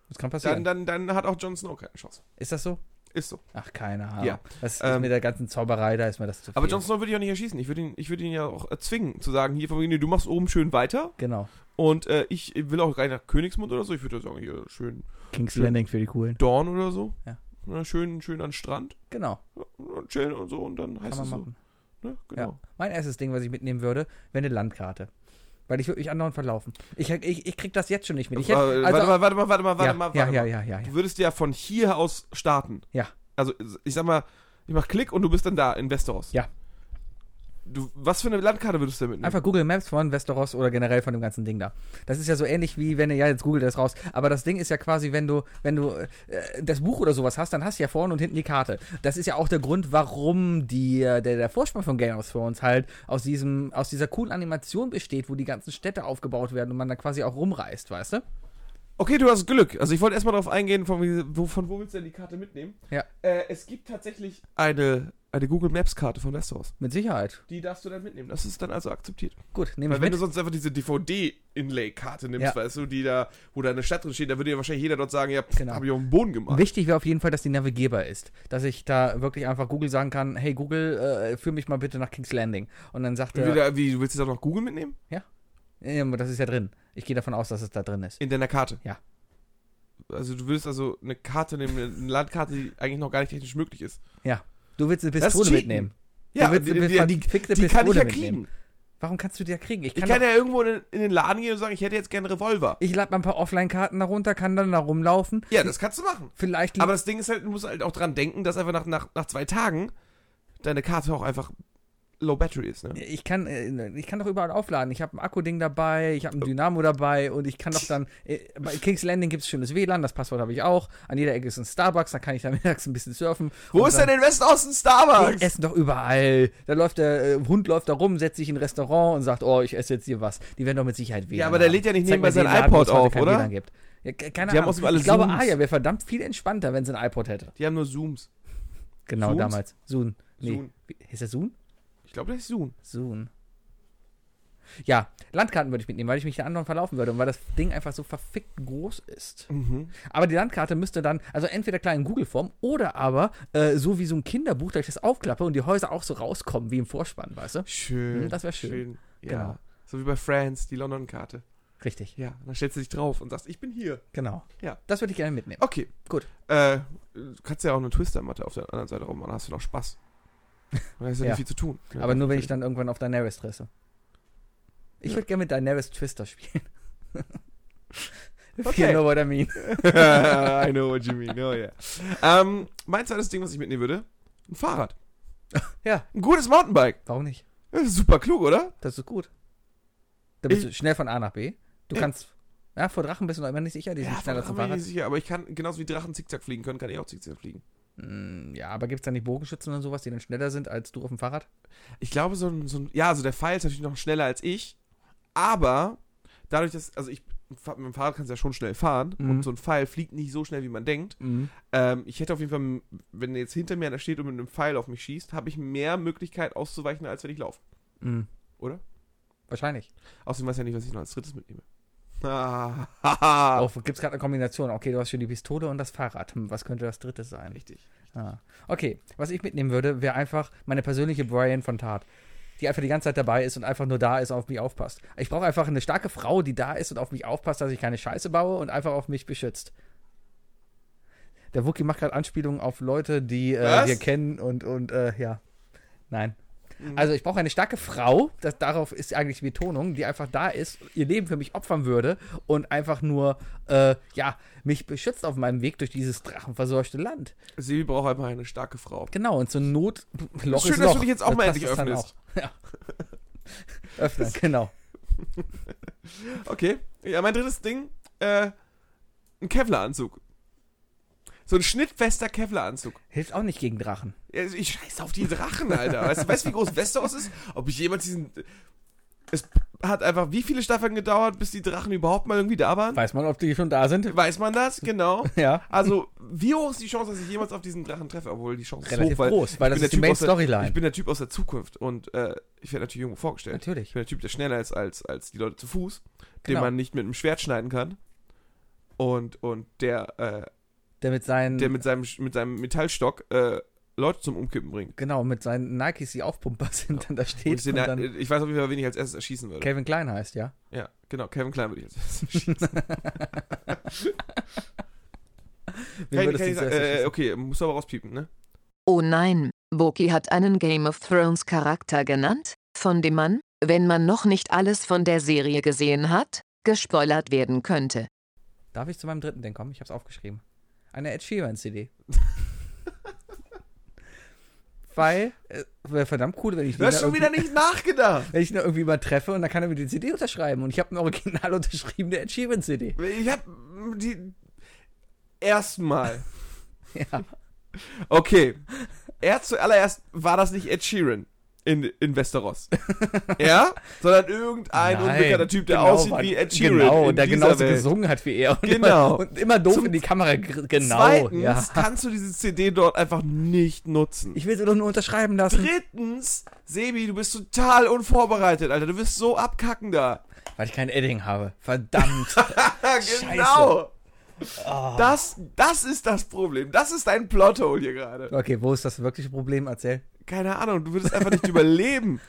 S3: Das kann
S4: Dann,
S3: passieren.
S4: dann, dann hat auch Jon Snow keine Chance.
S3: ist das so?
S4: Ist so.
S3: Ach, keine Ahnung.
S4: Ja.
S3: Das ist
S4: Ähm,
S3: mit der ganzen Zauberei, da ist mir das zu viel.
S4: Aber Jon Snow würde ich auch nicht erschießen. Ich würde ihn, ich würde ihn ja auch erzwingen, zu sagen, hier, von wegen, nee, du machst oben schön weiter
S3: Genau.
S4: und äh, ich will auch gar nicht nach Königsmund oder so. Ich würde sagen, hier, schön
S3: King's
S4: Ja.
S3: Landing für die Coolen.
S4: Dorn oder so.
S3: Ja.
S4: Na, schön, schön an den Strand.
S3: Genau.
S4: und chillen und so und dann
S3: Kann
S4: heißt
S3: man
S4: es so.
S3: machen.
S4: Ne? Genau.
S3: Ja. Mein erstes Ding, was ich mitnehmen würde, wäre eine Landkarte. Weil ich würde mich andauernd verlaufen. Ich, ich, ich krieg das jetzt schon nicht mit. Ich hätte, also
S4: Äh, warte mal, warte mal, warte mal, warte
S3: ja,
S4: mal, warte
S3: ja,
S4: mal.
S3: ja, ja, ja, ja.
S4: Du würdest ja von hier aus starten.
S3: Ja.
S4: Also ich sag mal, ich mach Klick und du bist dann da in Westeros.
S3: Ja.
S4: Du, was für eine Landkarte würdest du denn mitnehmen?
S3: Einfach Google Maps von Westeros oder generell von dem ganzen Ding da. Das ist ja so ähnlich wie wenn du, ja, jetzt googelt das raus, aber das Ding ist ja quasi, wenn du, wenn du äh, das Buch oder sowas hast, dann hast du ja vorne und hinten die Karte. Das ist ja auch der Grund, warum die, äh, der, der Vorspann von Game of Thrones halt aus diesem, aus dieser coolen Animation besteht, wo die ganzen Städte aufgebaut werden und man da quasi auch rumreist, weißt du?
S4: Okay, du hast Glück. Also ich wollte erstmal darauf eingehen, von, wo- von wo willst du denn die Karte mitnehmen?
S3: Ja.
S4: Äh, es gibt tatsächlich eine, eine Google Maps Karte von Westeros.
S3: Mit Sicherheit.
S4: Die darfst du dann mitnehmen. Das ist dann also akzeptiert.
S3: Gut, nehme
S4: Weil
S3: ich
S4: wenn du
S3: mit.
S4: sonst einfach diese DVD-Inlay-Karte nimmst,
S3: Ja.
S4: weißt du, die da, wo da eine Stadt drin steht, da würde ja wahrscheinlich jeder dort sagen, ja, pff,
S3: Genau.
S4: hab ich auf dem Boden gemacht.
S3: Wichtig wäre auf jeden Fall, dass die navigierbar ist. Dass ich da wirklich einfach Google sagen kann, hey Google, äh, führ mich mal bitte nach King's Landing. Und dann sagt
S4: Wie,
S3: er,
S4: da, wie, du willst du da noch Google mitnehmen?
S3: ja, aber das ist ja drin. Ich gehe davon aus, dass es da drin ist.
S4: In deiner Karte?
S3: Ja.
S4: Also du willst also eine Karte nehmen, eine Landkarte, die eigentlich noch gar nicht technisch möglich ist.
S3: Du willst eine
S4: Das ist
S3: Pistole
S4: Cheaten.
S3: mitnehmen.
S4: Ja,
S3: du willst
S4: die, die, die, die,
S3: verfickte
S4: kann ich ja
S3: mitnehmen.
S4: kriegen.
S3: Warum kannst du die ja kriegen? Ich
S4: Ich
S3: kann,
S4: kann
S3: doch-
S4: ja irgendwo in, in den Laden gehen und sagen, ich hätte jetzt gerne einen Revolver.
S3: ich lade mal ein paar Offline-Karten darunter, kann dann da rumlaufen.
S4: Ja, das kannst du machen.
S3: Vielleicht liegt-
S4: Aber das Ding ist halt, du musst halt auch dran denken, dass einfach nach, nach, nach zwei Tagen deine Karte auch einfach low battery ist, ne?
S3: ich kann äh, ich kann doch überall aufladen. Ich habe ein Akku-Ding dabei, ich habe ein Dynamo dabei und ich kann doch dann äh, bei Kings Landing gibt es schönes WLAN, das Passwort habe ich auch. An jeder Ecke ist ein Starbucks, da kann ich dann mittags ein bisschen surfen.
S4: Wo
S3: Und
S4: ist
S3: dann-
S4: denn in Westerosten Starbucks?
S3: Die essen doch überall. Da läuft der äh, Hund läuft da rum, setzt sich in ein Restaurant und sagt, oh, ich esse jetzt hier was. Die werden doch mit Sicherheit WLAN
S4: aber der
S3: haben.
S4: lädt ja nicht
S3: Zeig
S4: nebenbei
S3: mir den
S4: sein
S3: Laden, wo es
S4: iPod
S3: heute
S4: auf,
S3: kein
S4: oder?
S3: WLAN Gibt. Ja, ke- keine
S4: Die haben
S3: Ahnung.
S4: außerdem alle
S3: ich glaube,
S4: Zooms.
S3: Aja wäre verdammt viel entspannter, wenn sie ein iPod hätte.
S4: Die haben nur Zooms.
S3: Genau,
S4: Zooms?
S3: damals. Soon. Nee.
S4: Zoom.
S3: Wie- Ist das Soon?
S4: Ich glaube, das ist Zoom.
S3: Soon. Ja, Landkarten würde ich mitnehmen, weil ich mich der anderen verlaufen würde und weil das Ding einfach so verfickt groß ist.
S4: Mhm.
S3: Aber die Landkarte müsste dann, also entweder klar in Google-Form oder aber äh, so wie so ein Kinderbuch, dass ich das aufklappe und die Häuser auch so rauskommen wie im Vorspann, weißt du?
S4: Schön.
S3: Hm, das wär schön.
S4: Ja.
S3: Genau.
S4: So wie bei Friends, die London-Karte.
S3: Richtig.
S4: Ja, dann stellst du dich drauf und sagst, ich bin hier.
S3: Genau.
S4: Ja.
S3: Das würde ich gerne mitnehmen.
S4: Okay.
S3: Gut.
S4: Äh, du kannst ja auch eine Twister-Matte auf der anderen Seite rummachen, hast du noch Spaß. Da ist ja,
S3: Ja.
S4: nicht viel zu tun. Ja.
S3: Aber nur, wenn ich dann irgendwann auf Daenerys treffe. Ich würde gerne mit Daenerys Twister spielen. If
S4: Okay.
S3: you know what I mean.
S4: I know what you mean. Oh yeah. Ähm, mein zweites Ding, was ich mitnehmen würde, ein Fahrrad.
S3: Ja.
S4: Ein gutes Mountainbike.
S3: Warum nicht?
S4: Das ist super klug, oder?
S3: Das ist gut. Da bist
S4: Ich-
S3: du schnell von A nach B. Du
S4: Ja.
S3: kannst. Ja, vor Drachen bist du noch immer nicht sicher, die sind schneller
S4: da
S3: zum
S4: bin ich
S3: Fahrrad.
S4: nicht sicher, aber ich kann genauso wie Drachen zickzack fliegen können, kann ich auch zickzack fliegen.
S3: Hm, Ja, aber gibt es da nicht Bogenschützen und sowas, die dann schneller sind als du auf dem Fahrrad?
S4: Ich glaube, so ein, so ein. Ja, also der Pfeil ist natürlich noch schneller als ich. Aber dadurch, dass. Also ich. Mit dem Fahrrad kannst du ja schon schnell fahren.
S3: Mhm.
S4: Und so ein Pfeil fliegt nicht so schnell, wie man denkt. Ähm, ich hätte auf jeden Fall. Wenn jetzt hinter mir einer steht und mit einem Pfeil auf mich schießt, habe ich mehr Möglichkeit auszuweichen, als wenn ich laufe.
S3: Mhm.
S4: Oder?
S3: Wahrscheinlich.
S4: Außerdem weiß ich ja nicht, was ich noch als drittes mitnehme. Ah, haha.
S3: Oh, gibt es gerade eine Kombination? Okay, du hast schon die Pistole und das Fahrrad. Hm, was könnte das dritte sein?
S4: Richtig.
S3: Ah. Okay, was ich mitnehmen würde, wäre einfach meine persönliche Brian von Tart, die einfach die ganze Zeit dabei ist und einfach nur da ist und auf mich aufpasst. Ich brauche einfach eine starke Frau, die da ist und auf mich aufpasst, dass ich keine Scheiße baue und einfach auf mich beschützt. Der Wookie macht gerade Anspielungen auf Leute, die äh,
S4: Was?
S3: wir kennen und, und äh, ja. Nein. Also ich brauche eine starke Frau, das, darauf ist eigentlich die Betonung, die einfach da ist, ihr Leben für mich opfern würde und einfach nur, äh, ja, mich beschützt auf meinem Weg durch dieses drachenverseuchte Land.
S4: Sebi braucht einfach eine starke Frau.
S3: Genau, und zur Not. Loch
S4: Schön,
S3: ist
S4: dass
S3: Loch.
S4: du dich jetzt auch mal
S3: passt
S4: endlich
S3: es dann
S4: öffnest.
S3: auch. Ja. Öffnen, genau.
S4: Okay. Ja, mein drittes Ding, äh, ein Kevlar-Anzug. So ein schnittfester Kevlar-Anzug.
S3: Hilft auch nicht gegen Drachen.
S4: Also ich scheiße auf die Drachen, Alter. Weißt du, weißt, du, wie groß Westeros ist? Ob ich jemals diesen... Es hat einfach wie viele Staffeln gedauert, bis die Drachen überhaupt mal irgendwie da waren?
S3: Weiß man, ob die schon da sind?
S4: Weiß man das? Genau.
S3: Ja.
S4: Also, wie hoch ist die Chance, dass ich jemals auf diesen Drachen treffe? Obwohl die Chance
S3: Relativ
S4: ist hoch, weil
S3: groß, weil das
S4: ich bin
S3: ist
S4: der
S3: die
S4: Typ
S3: Main
S4: aus der-
S3: Storyline.
S4: Ich bin der Typ aus der Zukunft und äh, ich werde natürlich jung vorgestellt. Ich
S3: Natürlich.
S4: bin der Typ, der schneller ist als, als die Leute zu Fuß,
S3: Genau.
S4: den man nicht mit einem Schwert schneiden kann. Und, und der, äh,
S3: Der mit seinen.
S4: der mit seinem, mit seinem Metallstock äh, Leute zum Umkippen bringt.
S3: genau, mit seinen Nikes, die aufpumpbar sind, dann da
S4: Genau. Und äh,
S3: steht.
S4: den,
S3: und dann
S4: ich weiß auf jeden Fall, wen ich als erstes erschießen würde.
S3: Kevin Klein heißt, ja.
S4: ja, genau, Kevin Klein würde ich als erstes erschießen.
S3: Wen
S4: Kann ich-
S3: würdest
S4: kann
S3: du
S4: ich sagen,
S3: zuerst
S4: äh,
S3: schießen?
S4: okay, muss aber rauspiepen, ne?
S5: Oh nein, Boki hat einen Game of Thrones Charakter genannt, von dem man, wenn man noch nicht alles von der Serie gesehen hat, gespoilert werden könnte.
S3: Darf ich zu meinem dritten Ding kommen? Ich hab's aufgeschrieben. Eine Ed Sheeran-CD. Weil, äh, wäre verdammt cool, wenn ich
S4: Du
S3: den
S4: hast
S3: da
S4: schon
S3: irgendwie-
S4: wieder nicht nachgedacht.
S3: wenn ich ihn da irgendwie mal treffe und dann kann er mir die CD unterschreiben. Und ich habe ein original unterschriebene Ed Sheeran-CD.
S4: Ich hab die. Erstmal.
S3: Ja.
S4: Okay. Er zuallererst war das nicht Ed Sheeran in, in Westeros. ja? Sondern irgendein
S3: Nein,
S4: unbekannter Typ, der
S3: genau,
S4: aussieht
S3: Mann.
S4: wie Ed Sheeran.
S3: Genau,
S4: in
S3: und der
S4: dieser
S3: genauso
S4: Welt.
S3: gesungen hat wie er. Und
S4: Genau.
S3: Immer, und immer doof
S4: Zum
S3: in die Kamera. gr- Genau.
S4: Zweitens
S3: ja.
S4: kannst du diese CD dort einfach nicht nutzen.
S3: Ich will sie doch nur unterschreiben lassen.
S4: Drittens, Sebi, du bist total unvorbereitet, Alter. Du bist so abkacken da.
S3: Weil ich kein Edding habe. Verdammt.
S4: Ja, genau.
S3: Ah.
S4: Das, das ist das Problem. Das ist dein Plothole hier gerade.
S3: okay, wo ist das wirkliche Problem? Erzähl.
S4: keine Ahnung, du würdest einfach nicht überleben.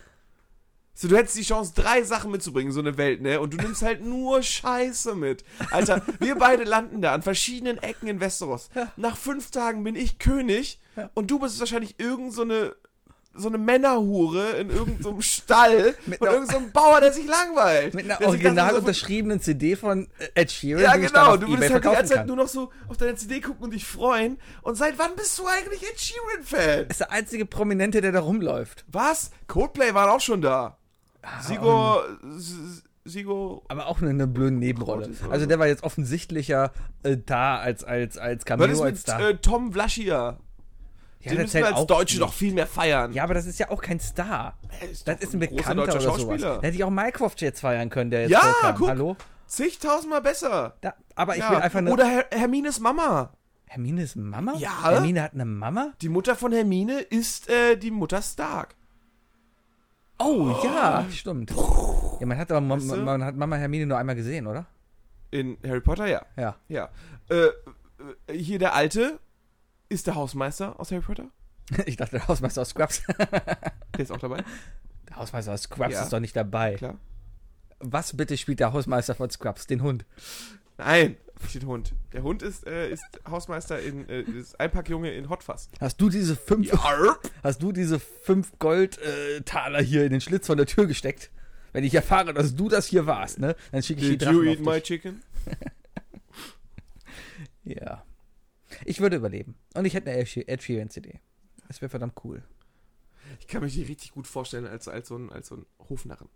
S4: So, du hättest die Chance, drei Sachen mitzubringen, so eine Welt, ne? Und du nimmst halt nur Scheiße mit. Alter, wir beide landen da an verschiedenen Ecken in Westeros. Nach fünf Tagen bin ich König und du bist wahrscheinlich irgend so eine, so eine Männerhure in irgendeinem Stall
S3: Mit
S4: von
S3: einer-
S4: irgendeinem so einem Bauer, der sich langweilt.
S3: Mit einer
S4: Der sich
S3: original
S4: das so-
S3: unterschriebenen CD von Ed Sheeran.
S4: ja,
S3: die ich dann
S4: genau.
S3: auf
S4: Du
S3: eBay
S4: würdest halt die
S3: verkaufen
S4: ganze Zeit
S3: kann.
S4: nur noch so auf deine CD gucken und dich freuen. Und seit wann bist du eigentlich Ed Sheeran-Fan?
S3: ist der einzige Prominente, der da rumläuft.
S4: Was? Coldplay waren auch schon da.
S3: Ah,
S4: Sigo. S- Sigo.
S3: Aber auch eine, eine blöde Nebenrolle.
S4: Gott,
S3: Also der war jetzt offensichtlicher äh, da als, als, als Cameo,
S4: Was ist
S3: als
S4: mit
S3: da.
S4: äh, Tom Vlaschia?
S3: ja, der
S4: Den müssen
S3: zählt
S4: wir als
S3: auch
S4: Deutsche
S3: nicht.
S4: doch viel mehr feiern.
S3: Ja, aber das ist ja auch kein Star.
S4: ist
S3: das
S4: doch
S3: ist ein
S4: ein großer
S3: bekannter
S4: deutscher
S3: oder sowas.
S4: Schauspieler.
S3: Da hätte ich auch Mycroft jetzt feiern können, der jetzt
S4: Ja,
S3: vorkam.
S4: guck.
S3: Hallo?
S4: Zigtausendmal besser.
S3: Da, aber ich
S4: ja.
S3: will einfach eine...
S4: Oder Her Hermines Mama.
S3: Hermine ist Mama?
S4: Ja.
S3: Hermine hat eine Mama?
S4: Die Mutter von Hermine ist äh, die Mutter Stark.
S3: Oh, ja, stimmt. Ja, man hat aber Ma-
S4: Weißt du?
S3: man hat Mama Hermine nur einmal gesehen, oder?
S4: In Harry Potter, ja.
S3: Ja.
S4: Ja. Äh, äh, hier der Alte ist der Hausmeister aus Harry Potter.
S3: Ich dachte, der Hausmeister aus Scrubs.
S4: Der ist auch dabei.
S3: Der Hausmeister aus Scrubs
S4: Ja.
S3: ist doch nicht dabei.
S4: Klar.
S3: Was bitte spielt der Hausmeister von Scrubs? Den Hund.
S4: Nein, nicht den Hund. Der Hund ist, äh, ist Hausmeister in äh, ist Einpackjunge in Hotfass.
S3: Hast du diese fünf, hast du diese fünf Goldtaler hier in den Schlitz von der Tür gesteckt? Wenn ich erfahre, dass du das hier warst, ne? Dann schicke ich die
S4: Did
S3: Drachen
S4: you
S3: auf
S4: eat
S3: dich.
S4: my chicken?
S3: Ja. Ich würde überleben. Und ich hätte eine Ed She- Ed Sheeran CD. Das wäre verdammt cool.
S4: Ich kann mich die richtig gut vorstellen als, als, so, ein, als so ein Hofnarren.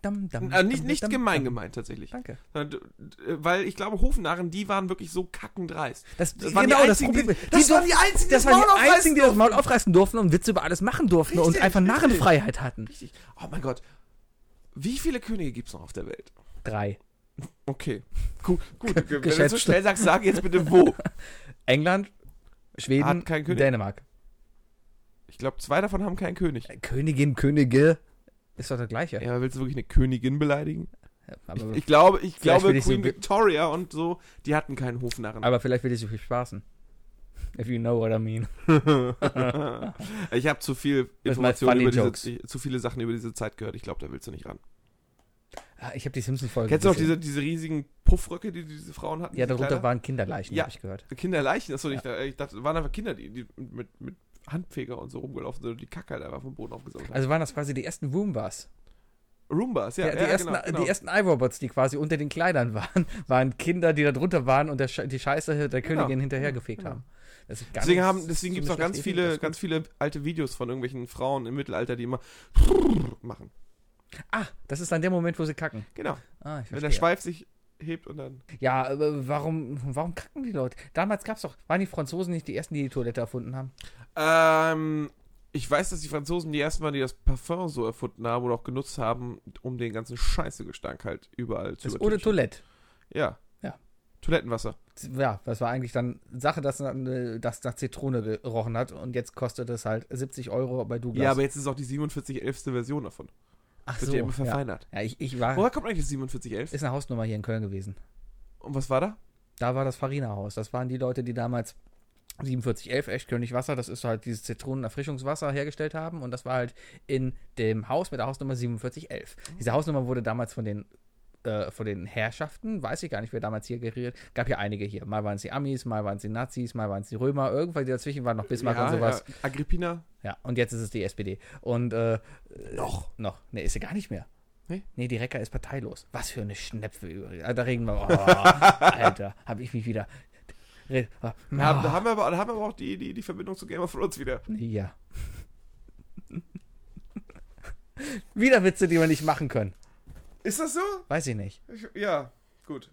S3: Dam, dam,
S4: Äh, nicht
S3: dam,
S4: nicht
S3: dam,
S4: gemein
S3: dam.
S4: gemeint tatsächlich.
S3: Danke.
S4: Sondern, äh, Weil ich glaube, Hofnarren, die waren wirklich so kackendreist.
S3: Das,
S4: Das waren die
S3: genau, das
S4: einzigen,
S3: Problem.
S4: die- das waren die
S3: durften-
S4: einzigen, die
S3: das
S4: das
S3: waren
S4: Maul
S3: die
S4: aufreißen
S3: einzigen, die das Maul aufreißen durften und Witze über alles machen durften und
S4: Richtig,
S3: einfach
S4: richtig.
S3: Narrenfreiheit hatten.
S4: Richtig. Oh mein Gott. Wie viele Könige gibt's noch auf der Welt?
S3: Drei.
S4: Okay. Gut, gut. Wenn du so
S3: Geschätzt.
S4: schnell sagst, sag jetzt bitte wo.
S3: England, Schweden,
S4: Hat keinen König.
S3: Dänemark.
S4: Ich glaube, zwei davon haben keinen König.
S3: Königin, Könige. Ist doch das gleiche.
S4: Ja, aber willst du wirklich eine Königin beleidigen?
S3: Aber,
S4: Ich glaube, ich glaube
S3: will Also ich so
S4: Queen
S3: ge-
S4: Victoria und so, die hatten keinen Hofnarren.
S3: aber vielleicht will ich so viel spaßen. If you know what I mean.
S4: ich habe zu viel
S3: Das sind halt
S4: Informationen
S3: funny
S4: über
S3: jokes.
S4: diese, zu viele Sachen über diese Zeit gehört. Ich glaube, da willst du nicht ran.
S3: Ah, Ich habe die Simpsons-Folge
S4: Kennst du noch
S3: gesehen.
S4: diese, diese riesigen Puffröcke, die diese Frauen hatten?
S3: Ja,
S4: diese
S3: darunter
S4: Kleider?
S3: waren Kinderleichen,
S4: Ja.
S3: habe ich gehört.
S4: Kinderleichen, achso, ich, dachte- ich dachte, waren einfach Kinder, die, die mit, mit Handfeger und so rumgelaufen sind und die Kacke da vom Boden aufgesaugt haben.
S3: Also waren das quasi die ersten Roombas.
S4: Roombas, ja,
S3: Ja,
S4: ja,
S3: die,
S4: ja,
S3: ersten,
S4: genau, genau.
S3: die ersten iRobots, die quasi unter den Kleidern waren, waren Kinder, die da drunter waren und der, Sche- die Scheiße der Königin hinterhergefegt haben. Das ist gar
S4: Genau. Deswegen,
S3: nicht
S4: haben,
S3: so
S4: deswegen gibt es
S3: eine
S4: auch ganz
S3: schlechte Idee, das
S4: viele,
S3: ist
S4: ganz viele alte Videos von irgendwelchen Frauen im Mittelalter, die immer machen.
S3: gut. Ah, das ist dann der Moment, wo sie kacken.
S4: Genau.
S3: Ah, ich
S4: Wenn der
S3: verstehe.
S4: Schweif sich hebt und dann.
S3: Ja, aber warum, warum kacken die Leute? Damals gab's doch, waren die Franzosen nicht die ersten, die die Toilette erfunden haben?
S4: Ähm, ich weiß, dass die Franzosen die ersten waren, die das Parfum so erfunden haben oder auch genutzt haben, um den ganzen Scheißegestank halt überall zu
S3: Das ohne
S4: übertünchen.
S3: Toilette.
S4: Ja.
S3: Ja.
S4: Toilettenwasser.
S3: Ja, das war eigentlich dann Sache, dass äh, das nach Zitrone gerochen hat und jetzt kostet es halt 70 Euro bei Douglas.
S4: Ja, aber jetzt ist auch die 4711. Version davon.
S3: Ach
S4: Wird
S3: so,
S4: ja immer
S3: ja.
S4: verfeinert.
S3: ja, ich, ich war,
S4: Woher kommt eigentlich das 4711?
S3: Ah. ist eine Hausnummer hier in Köln gewesen.
S4: Und was war da?
S3: Da war das Farina-Haus. Das waren die Leute, die damals 4711 Echtkönig Wasser, das ist halt dieses Zitronenerfrischungswasser hergestellt haben und das war halt in dem Haus mit der Hausnummer 4711.
S4: Hm.
S3: Diese Hausnummer wurde damals von den äh, von den Herrschaften, weiß ich gar nicht, wer damals hier geredet, gab ja einige hier. Mal waren es die Amis, mal waren es die Nazis, mal waren es die Römer, irgendwann dazwischen waren noch Bismarck und sowas.
S4: ja. Agrippina.
S3: Ja, und jetzt ist es die SPD. Und äh, noch. Noch. Nee, ist sie gar nicht mehr.
S4: Nee?
S3: Nee, die Recker ist parteilos. Was für eine Schnepfe übrigens. Ah, Da reden wir. Oh, Alter, habe ich mich wieder. Re- ah,
S4: Da, da, haben wir aber, da haben wir aber auch die, die, die Verbindung zu Game of Thrones wieder.
S3: Ja. wieder Witze, die wir nicht machen können.
S4: Ist das so?
S3: Weiß ich nicht.
S4: Ich, ja, gut.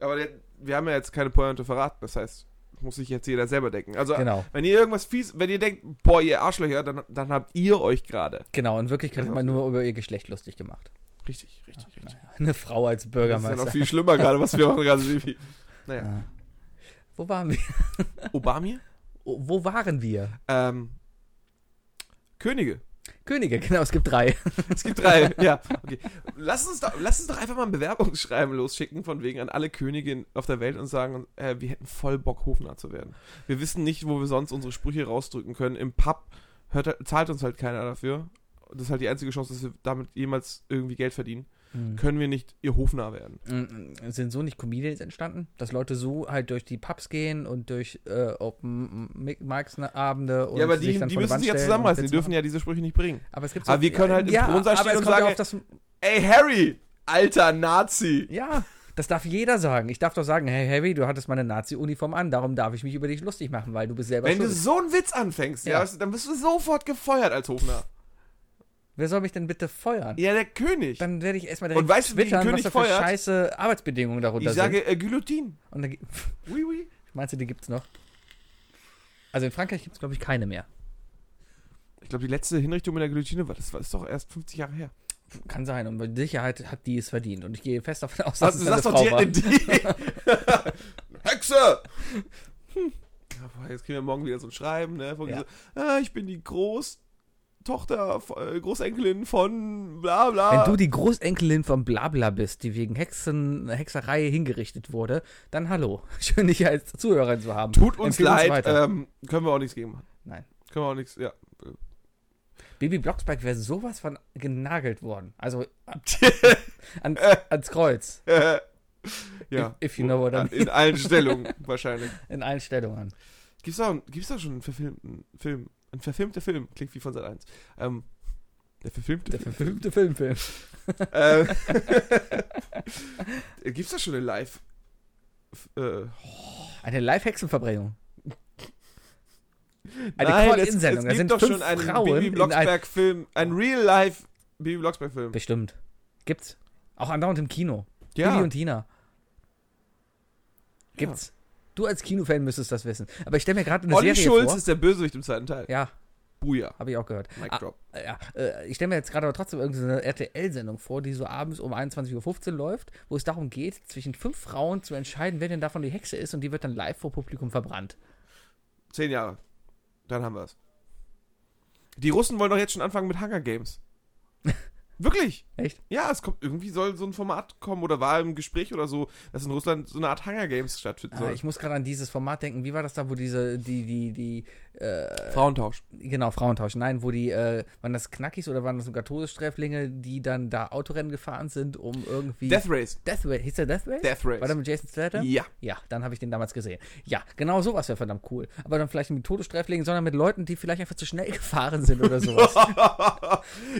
S4: Aber der, wir haben ja jetzt keine Pointe verraten, das heißt, muss sich jetzt jeder selber denken. Also,
S3: Genau.
S4: wenn ihr irgendwas fies, wenn ihr denkt, boah, ihr Arschlöcher, dann, dann habt ihr euch gerade.
S3: Genau, in Wirklichkeit hat man nur über ihr Geschlecht lustig gemacht.
S4: Richtig, richtig, richtig.
S3: Eine Frau als
S4: Das ist ja noch
S3: Bürgermeister.
S4: viel schlimmer gerade, was wir machen gerade, Sibi. Naja.
S3: Wo waren wir?
S4: Obamir?
S3: Oh, Wo waren wir?
S4: Ähm, Könige.
S3: Könige, genau, es gibt drei.
S4: Es gibt drei, ja. Okay. Lass, uns doch, lass uns doch einfach mal ein Bewerbungsschreiben losschicken, von wegen an alle Könige auf der Welt und sagen, äh, wir hätten voll Bock, Hofnarr zu werden. Wir wissen nicht, wo wir sonst unsere Sprüche rausdrücken können. Im Pub hört, zahlt uns halt keiner dafür. Das ist halt die einzige Chance, dass wir damit jemals irgendwie Geld verdienen.
S3: Mhm.
S4: Können wir nicht ihr Hofnarr werden.
S3: Mm, sind so nicht Comedians entstanden, dass Leute so halt durch die Pubs gehen und durch äh, Open Mic- Mics ne, Abende und
S4: ja, aber die,
S3: sich dann
S4: die
S3: vor
S4: müssen
S3: Wand
S4: sich ja
S3: stellen und
S4: zusammenreißen. Die
S3: Witze
S4: dürfen
S3: machen.
S4: ja diese Sprüche nicht bringen.
S3: aber es gibt so,
S4: Aber wir können halt im
S3: ja,
S4: Thronsaal
S3: aber
S4: stehen
S3: es
S4: und
S3: kommt
S4: sagen,
S3: ja, auf das,
S4: Ey, Harry! Alter Nazi!
S3: ja, das darf jeder sagen. Ich darf doch sagen, hey Harry, du hattest meine Nazi Uniform an, darum darf ich mich über dich lustig machen, weil du bist selber
S4: Wenn du
S3: schuld.
S4: so einen Witz anfängst, ja.
S3: Ja.
S4: weißt du, dann bist du sofort gefeuert als Hofnarr.
S3: Wer soll mich denn bitte feuern?
S4: Ja, der König.
S3: Dann werde ich erstmal direkt
S4: Und weißt du, wie ein
S3: twittern, was
S4: König
S3: da für
S4: feuert?
S3: scheiße Arbeitsbedingungen darunter
S4: Ich sage äh, Guillotine.
S3: sind. Und dann, ge-
S4: Oui, oui.
S3: meinst du, die gibt's noch? Also in Frankreich gibt's glaube ich keine mehr.
S4: Ich glaube, die letzte Hinrichtung mit der Guillotine war, das war das ist doch erst 50 Jahre her.
S3: Kann sein, und mit Sicherheit hat die es verdient. Und ich gehe fest davon aus, dass
S4: Also,
S3: es
S4: du
S3: eine
S4: sagst doch
S3: Frau war.
S4: direkt die Hexe! Ja, boah, jetzt kriegen wir morgen wieder so ein Schreiben, ne? Von
S3: Ja.
S4: so, ah, ich bin die Großtochter, äh, Großenkelin von bla bla.
S3: Wenn du die Großenkelin von Blabla bist, die wegen Hexen, Hexerei hingerichtet wurde, dann hallo. Schön, dich als Zuhörer zu haben.
S4: Tut uns
S3: Empfehl
S4: leid,
S3: weiter.
S4: ähm, können wir auch nichts gegen machen.
S3: Nein.
S4: Können wir auch nichts, ja.
S3: Baby Blocksberg wäre sowas von genagelt worden. Also an, ans Kreuz.
S4: Äh, ja.
S3: If- if you know what I mean.
S4: In allen Stellungen wahrscheinlich.
S3: In allen Stellungen.
S4: Gibt's da, gibt's da schon einen verfilmten Film? Ein verfilmter Film, klingt wie von Sat 1. Ähm, der verfilmte
S3: Der
S4: Film.
S3: verfilmte Filmfilm.
S4: ähm, Äh, gibt's da schon eine Live? f- Äh,
S3: Eine Live-Hexenverbrennung. Eine
S4: nein, es, es
S3: Call-In-Sendung. Da
S4: gibt
S3: sind
S4: doch
S3: fünf
S4: schon einen
S3: Frauen
S4: Bibi
S3: in ein-
S4: Blocksberg-Film, ein Real-Life Bibi Blocksberg-Film.
S3: Bestimmt. Gibt's. Auch andauernd im Kino.
S4: Ja.
S3: Billy und Tina. Gibt's. Du als Kinofan müsstest das wissen. Aber ich stelle mir gerade eine
S4: Olli
S3: Serie
S4: Schulz
S3: vor.
S4: ist der Bösewicht im zweiten Teil.
S3: ja,
S4: Buja.
S3: habe ich auch gehört.
S4: Mic
S3: Ah,
S4: drop.
S3: ja, äh, ich stelle mir jetzt gerade aber trotzdem irgendeine RTL-Sendung vor, die so abends um 21.15 Uhr läuft, wo es darum geht, zwischen fünf Frauen zu entscheiden, wer denn davon die Hexe ist und die wird dann live vor Publikum verbrannt.
S4: Zehn Jahre. Dann haben wir's. Die Russen wollen doch jetzt schon anfangen mit Hunger Games. Wirklich?
S3: Echt?
S4: Ja, es kommt, irgendwie soll so ein Format kommen oder war im Gespräch oder so, dass in Russland so eine Art Hunger Games stattfinden
S3: Ah,
S4: soll.
S3: ich muss gerade an dieses Format denken. Wie war das da, wo diese, die, die, die,
S4: Frauentausch.
S3: genau, Frauentausch, nein, wo die, äh, waren das Knackis oder waren das sogar Todessträflinge, die dann da Autorennen gefahren sind, um irgendwie.
S4: Death Race.
S3: Death Race, hieß der Death Race?
S4: Death Race.
S3: War der mit Jason Statham?
S4: Ja.
S3: Ja, dann habe ich den damals gesehen. Ja, genau sowas wäre verdammt cool. Aber dann vielleicht nicht mit Todessträflingen, sondern mit Leuten, die vielleicht einfach zu schnell gefahren sind oder sowas.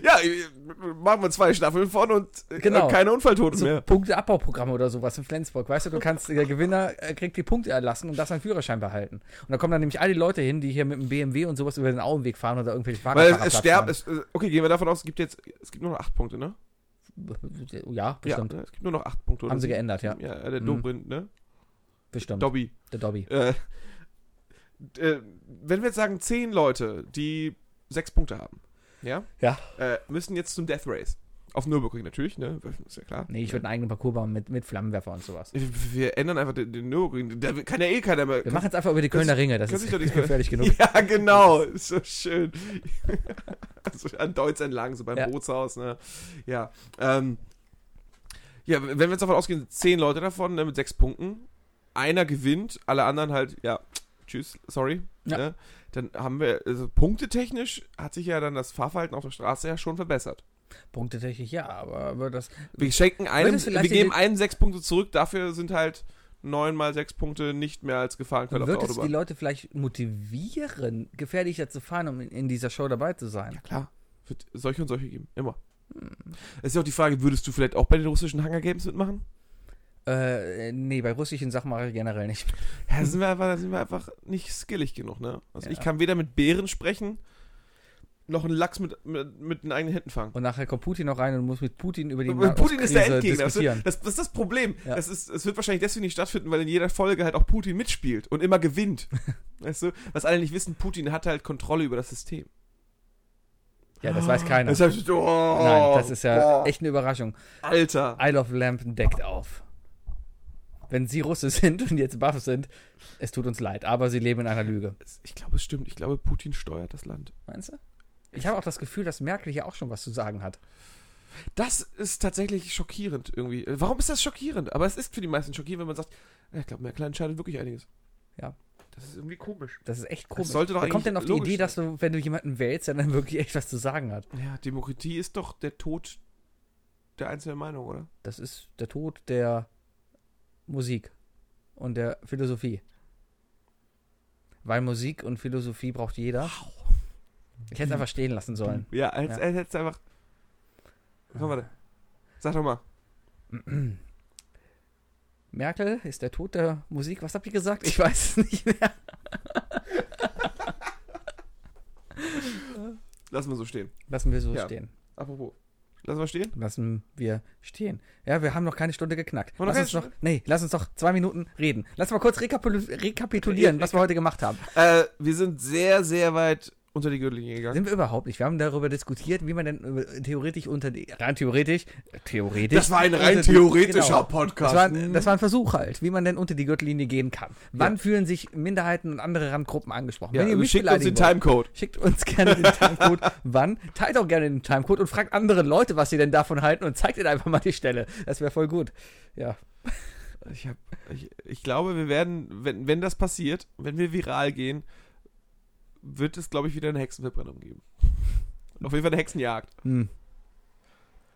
S4: ja, äh, machen wir zwei Staffeln von und äh,
S3: Genau.
S4: keine Unfalltoten
S3: so
S4: mehr.
S3: Punkteabbauprogramme oder sowas in Flensburg. Weißt du, du kannst, der Gewinner äh, kriegt die Punkte erlassen und darf seinen Führerschein behalten. Und da kommen dann nämlich all die Leute hin, die hier mit dem BMW und sowas über den Auenweg fahren oder irgendwelche
S4: Weil
S3: Fahrradfahrer.
S4: es sterben, es, äh, okay, gehen wir davon aus, es gibt jetzt, es gibt nur noch acht Punkte, ne?
S3: Ja, bestimmt.
S4: Ja, ne? es gibt nur noch acht Punkte.
S3: Haben sie
S4: so.
S3: geändert, ja.
S4: Ja, der
S3: Mhm.
S4: Dobrindt, ne?
S3: Bestimmt.
S4: Dobby.
S3: der Dobby.
S4: Äh, äh, wenn wir jetzt sagen, zehn Leute, die sechs Punkte haben, ja,
S3: Ja.
S4: äh, müssen jetzt zum Death Race. Auf Nürburgring natürlich, ne? Ist ja klar.
S3: Nee, ich würde einen eigenen Parcours bauen mit, mit Flammenwerfer und sowas.
S4: Wir wir ändern einfach den, den Nürburgring. Da kann ja eh keiner mehr.
S3: Wir machen jetzt einfach über die Kölner Ringe, das
S4: kannst
S3: ist
S4: dich doch nicht-
S3: gefährlich genug.
S4: ja, genau. Ist so schön. so an Deutz entlang, so beim
S3: Ja.
S4: Bootshaus, ne? Ja. Ähm, ja, wenn wir jetzt davon ausgehen, zehn Leute davon ne, mit sechs Punkten, einer gewinnt, alle anderen halt, ja, tschüss, sorry.
S3: Ja.
S4: Ne? Dann haben wir, also punktetechnisch hat sich ja dann das Fahrverhalten auf der Straße ja schon verbessert.
S3: Punktetechnisch ja, aber, aber das.
S4: Wir schenken einem,
S3: Würdest du
S4: wir
S3: vielleicht
S4: geben
S3: die-
S4: einem sechs Punkte zurück, dafür sind halt neun mal sechs Punkte nicht mehr als Gefahrenquelle auf der
S3: Würdest du die
S4: Autobahn.
S3: Leute vielleicht motivieren, gefährlicher zu fahren, um in, in dieser Show dabei zu sein?
S4: Ja, klar. Wird solche und solche geben. Immer.
S3: Hm.
S4: Es ist ja auch die Frage, würdest du vielleicht auch bei den russischen Hunger Games mitmachen?
S3: Äh, nee, bei russischen Sachen mache ich generell nicht.
S4: Ja, da sind wir einfach, da sind wir einfach nicht skillig genug, ne? Also
S3: Hm. Ja.
S4: ich kann weder mit Bären sprechen, noch einen Lachs mit, mit, mit den eigenen Händen fangen.
S3: Und nachher kommt Putin noch rein und muss mit Putin über die
S4: Und Putin ist der
S3: Nahostkrise
S4: Endgegner. Das,
S3: diskutieren.
S4: das, das ist das Problem.
S3: Ja.
S4: Das, ist, das wird wahrscheinlich deswegen nicht stattfinden, weil in jeder Folge halt auch Putin mitspielt und immer gewinnt. weißt du? Was alle nicht wissen, Putin hat halt Kontrolle über das System.
S3: Ja, das weiß keiner.
S4: Das heißt, oh,
S3: Nein, das ist ja
S4: boah,
S3: echt eine Überraschung.
S4: Alter.
S3: Isle of Lamp deckt auf. Wenn sie Russe sind und jetzt Buff sind, es tut uns leid, aber sie leben in einer Lüge.
S4: Ich glaube, es stimmt. Ich glaube, Putin steuert das Land.
S3: Meinst du? Ich habe auch das Gefühl, dass Merkel hier auch schon was zu sagen hat.
S4: Das ist tatsächlich schockierend irgendwie. Äh, Warum ist das schockierend? Aber es ist für die meisten schockierend, wenn man sagt, ja, ich glaube, Merkel entscheidet wirklich einiges.
S3: Ja.
S4: Das ist irgendwie komisch.
S3: Das ist echt komisch.
S4: sollte doch
S3: Wer kommt denn auf
S4: eigentlich
S3: die Idee,
S4: logisch
S3: dass du, wenn du jemanden wählst, der dann wirklich echt was zu sagen hat?
S4: Ja, Demokratie ist doch der Tod der einzelnen Meinung, oder?
S3: Das ist der Tod der Musik und der Philosophie. Weil Musik und Philosophie braucht jeder. Ich hätte es einfach stehen lassen sollen.
S4: Ja, als
S3: Ja.
S4: ja. hättest einfach. Komm, warte. Sag doch mal.
S3: Merkel ist der Tod der Musik. Was habt ihr gesagt? Ich weiß es nicht mehr.
S4: Lassen wir so stehen.
S3: Lassen wir so
S4: Ja.
S3: stehen.
S4: Apropos. Lassen wir stehen?
S3: Lassen wir stehen. Ja, wir haben noch keine Stunde geknackt.
S4: Haben wir noch
S3: Lass uns
S4: keine
S3: noch, nee, lass uns doch zwei Minuten reden. Lass mal kurz rekapul- rekapitulieren, was wir heute gemacht haben.
S4: Äh, wir sind sehr, sehr weit unter die Gürtellinie gegangen.
S3: Sind wir überhaupt nicht. Wir haben darüber diskutiert, wie man denn äh, theoretisch unter die, rein theoretisch, äh, theoretisch.
S4: Das war ein rein
S3: unter die- Genau.
S4: theoretischer Podcast.
S3: Das
S4: hm?
S3: war, ein- das war ein Versuch halt, wie man denn unter die Gürtellinie gehen kann. Wann fühlen sich Minderheiten und andere Randgruppen angesprochen?
S4: Ja, also
S3: mich
S4: schickt uns den
S3: beleidigen wollt,
S4: Timecode.
S3: Schickt uns gerne den Timecode. Wann? Teilt auch gerne den Timecode und fragt andere Leute, was sie denn davon halten und zeigt ihnen einfach mal die Stelle. Das wäre voll gut. Ja.
S4: Ich, hab, ich, ich glaube, wir werden, wenn, wenn das passiert, wenn wir viral gehen, wird es, glaube ich, wieder eine Hexenverbrennung geben. Auf jeden Fall eine Hexenjagd.
S3: Hm.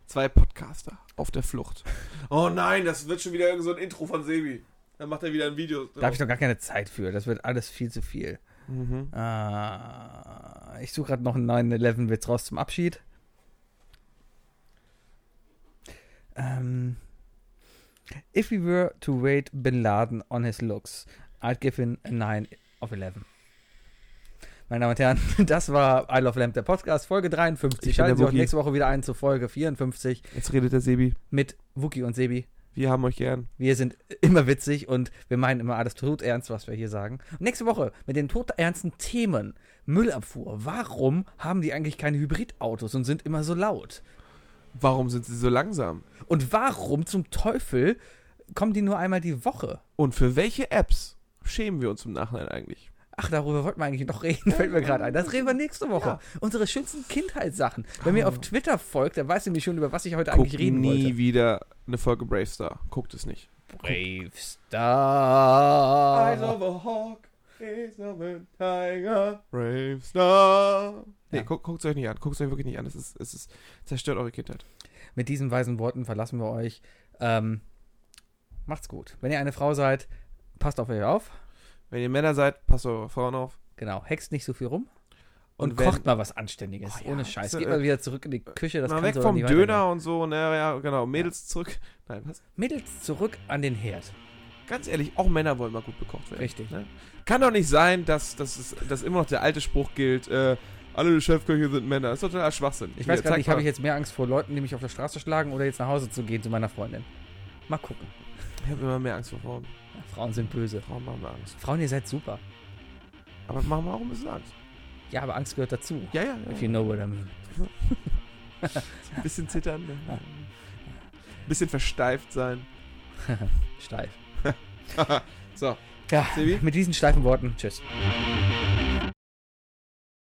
S4: Zwei Podcaster auf der Flucht. Oh nein, das wird schon wieder irgend so ein Intro von Sebi. Dann macht er wieder ein Video.
S3: Da habe ich noch gar keine Zeit für. Das wird alles viel zu viel.
S4: mhm.
S3: Ah, ich suche gerade noch einen 9-11-Witz raus zum Abschied. Ähm, if we were to rate Bin Laden on his looks, I'd give him a 9 of 11. Meine Damen und Herren, das war I Love Lamp, der Podcast, Folge 53.
S4: Ich bin der
S3: Schalten Sie auch
S4: Wookie.
S3: nächste Woche wieder ein zur Folge 54
S4: Jetzt redet der Sebi.
S3: mit Wookie und Sebi.
S4: Wir haben euch gern.
S3: Wir sind immer witzig und wir meinen immer alles todernst, was wir hier sagen. Und nächste Woche mit den todernsten Themen. Müllabfuhr. Warum haben die eigentlich keine Hybridautos und sind immer so laut?
S4: Warum sind sie so langsam?
S3: Und warum zum Teufel kommen die nur einmal die Woche?
S4: Und für welche Apps schämen wir uns im Nachhinein eigentlich?
S3: Ach, darüber wollten wir eigentlich noch reden, fällt mir gerade ein. Das reden wir nächste Woche. Unsere schönsten Kindheitssachen. Wer mir auf Twitter folgt, der weiß nämlich schon, über was ich heute
S4: Guckt
S3: eigentlich reden
S4: nie
S3: wollte.
S4: wieder eine Folge Brave Star. Guckt es nicht.
S3: Brave Star.
S4: Eyes of a Hawk, Eyes of a Tiger, Brave Star. Nee,
S3: Ja.
S4: guckt guckt's euch nicht an. Guckt es euch wirklich nicht an. Es ist, es ist, zerstört eure Kindheit.
S3: Mit diesen weisen Worten verlassen wir euch. Ähm, macht's gut. Wenn ihr eine Frau seid, passt auf euch auf.
S4: Wenn ihr Männer seid, passt eure Frauen auf.
S3: Genau, hext nicht so viel rum. Und,
S4: Und wenn-
S3: kocht mal was Anständiges.
S4: Oh ja,
S3: ohne Scheiß.
S4: so,
S3: Geht
S4: äh,
S3: mal wieder zurück in die Küche. Das
S4: Mal
S3: kann
S4: weg
S3: so
S4: vom
S3: nicht
S4: Döner und so. Na ja, genau. Mädels zurück. Nein, was?
S3: weitergehen. Mädels zurück an den Herd.
S4: Ganz ehrlich, auch Männer wollen mal gut bekocht werden.
S3: Richtig.
S4: Ne? Kann doch nicht sein, dass, dass, es, dass immer noch der alte Spruch gilt, äh, alle Chefköche sind Männer. Das ist totaler Schwachsinn.
S3: Ich weiß
S4: Hier,
S3: gar
S4: zeig
S3: nicht,
S4: mal.
S3: habe ich jetzt mehr Angst vor Leuten, die mich auf der Straße schlagen oder jetzt nach Hause zu gehen zu meiner Freundin. Mal gucken.
S4: Ich habe immer mehr Angst vor Frauen.
S3: Ja, Frauen sind böse.
S4: Frauen machen mir Angst.
S3: Frauen, ihr seid super.
S4: Aber machen wir auch ein bisschen Angst.
S3: Ja, aber Angst gehört dazu.
S4: Ja, ja.
S3: If
S4: ja.
S3: you know what I mean.
S4: Ein bisschen zittern. ne? Ein bisschen versteift sein.
S3: Steif.
S4: so,
S3: Ja,
S4: Sebi?
S3: mit diesen steifen Worten. Tschüss.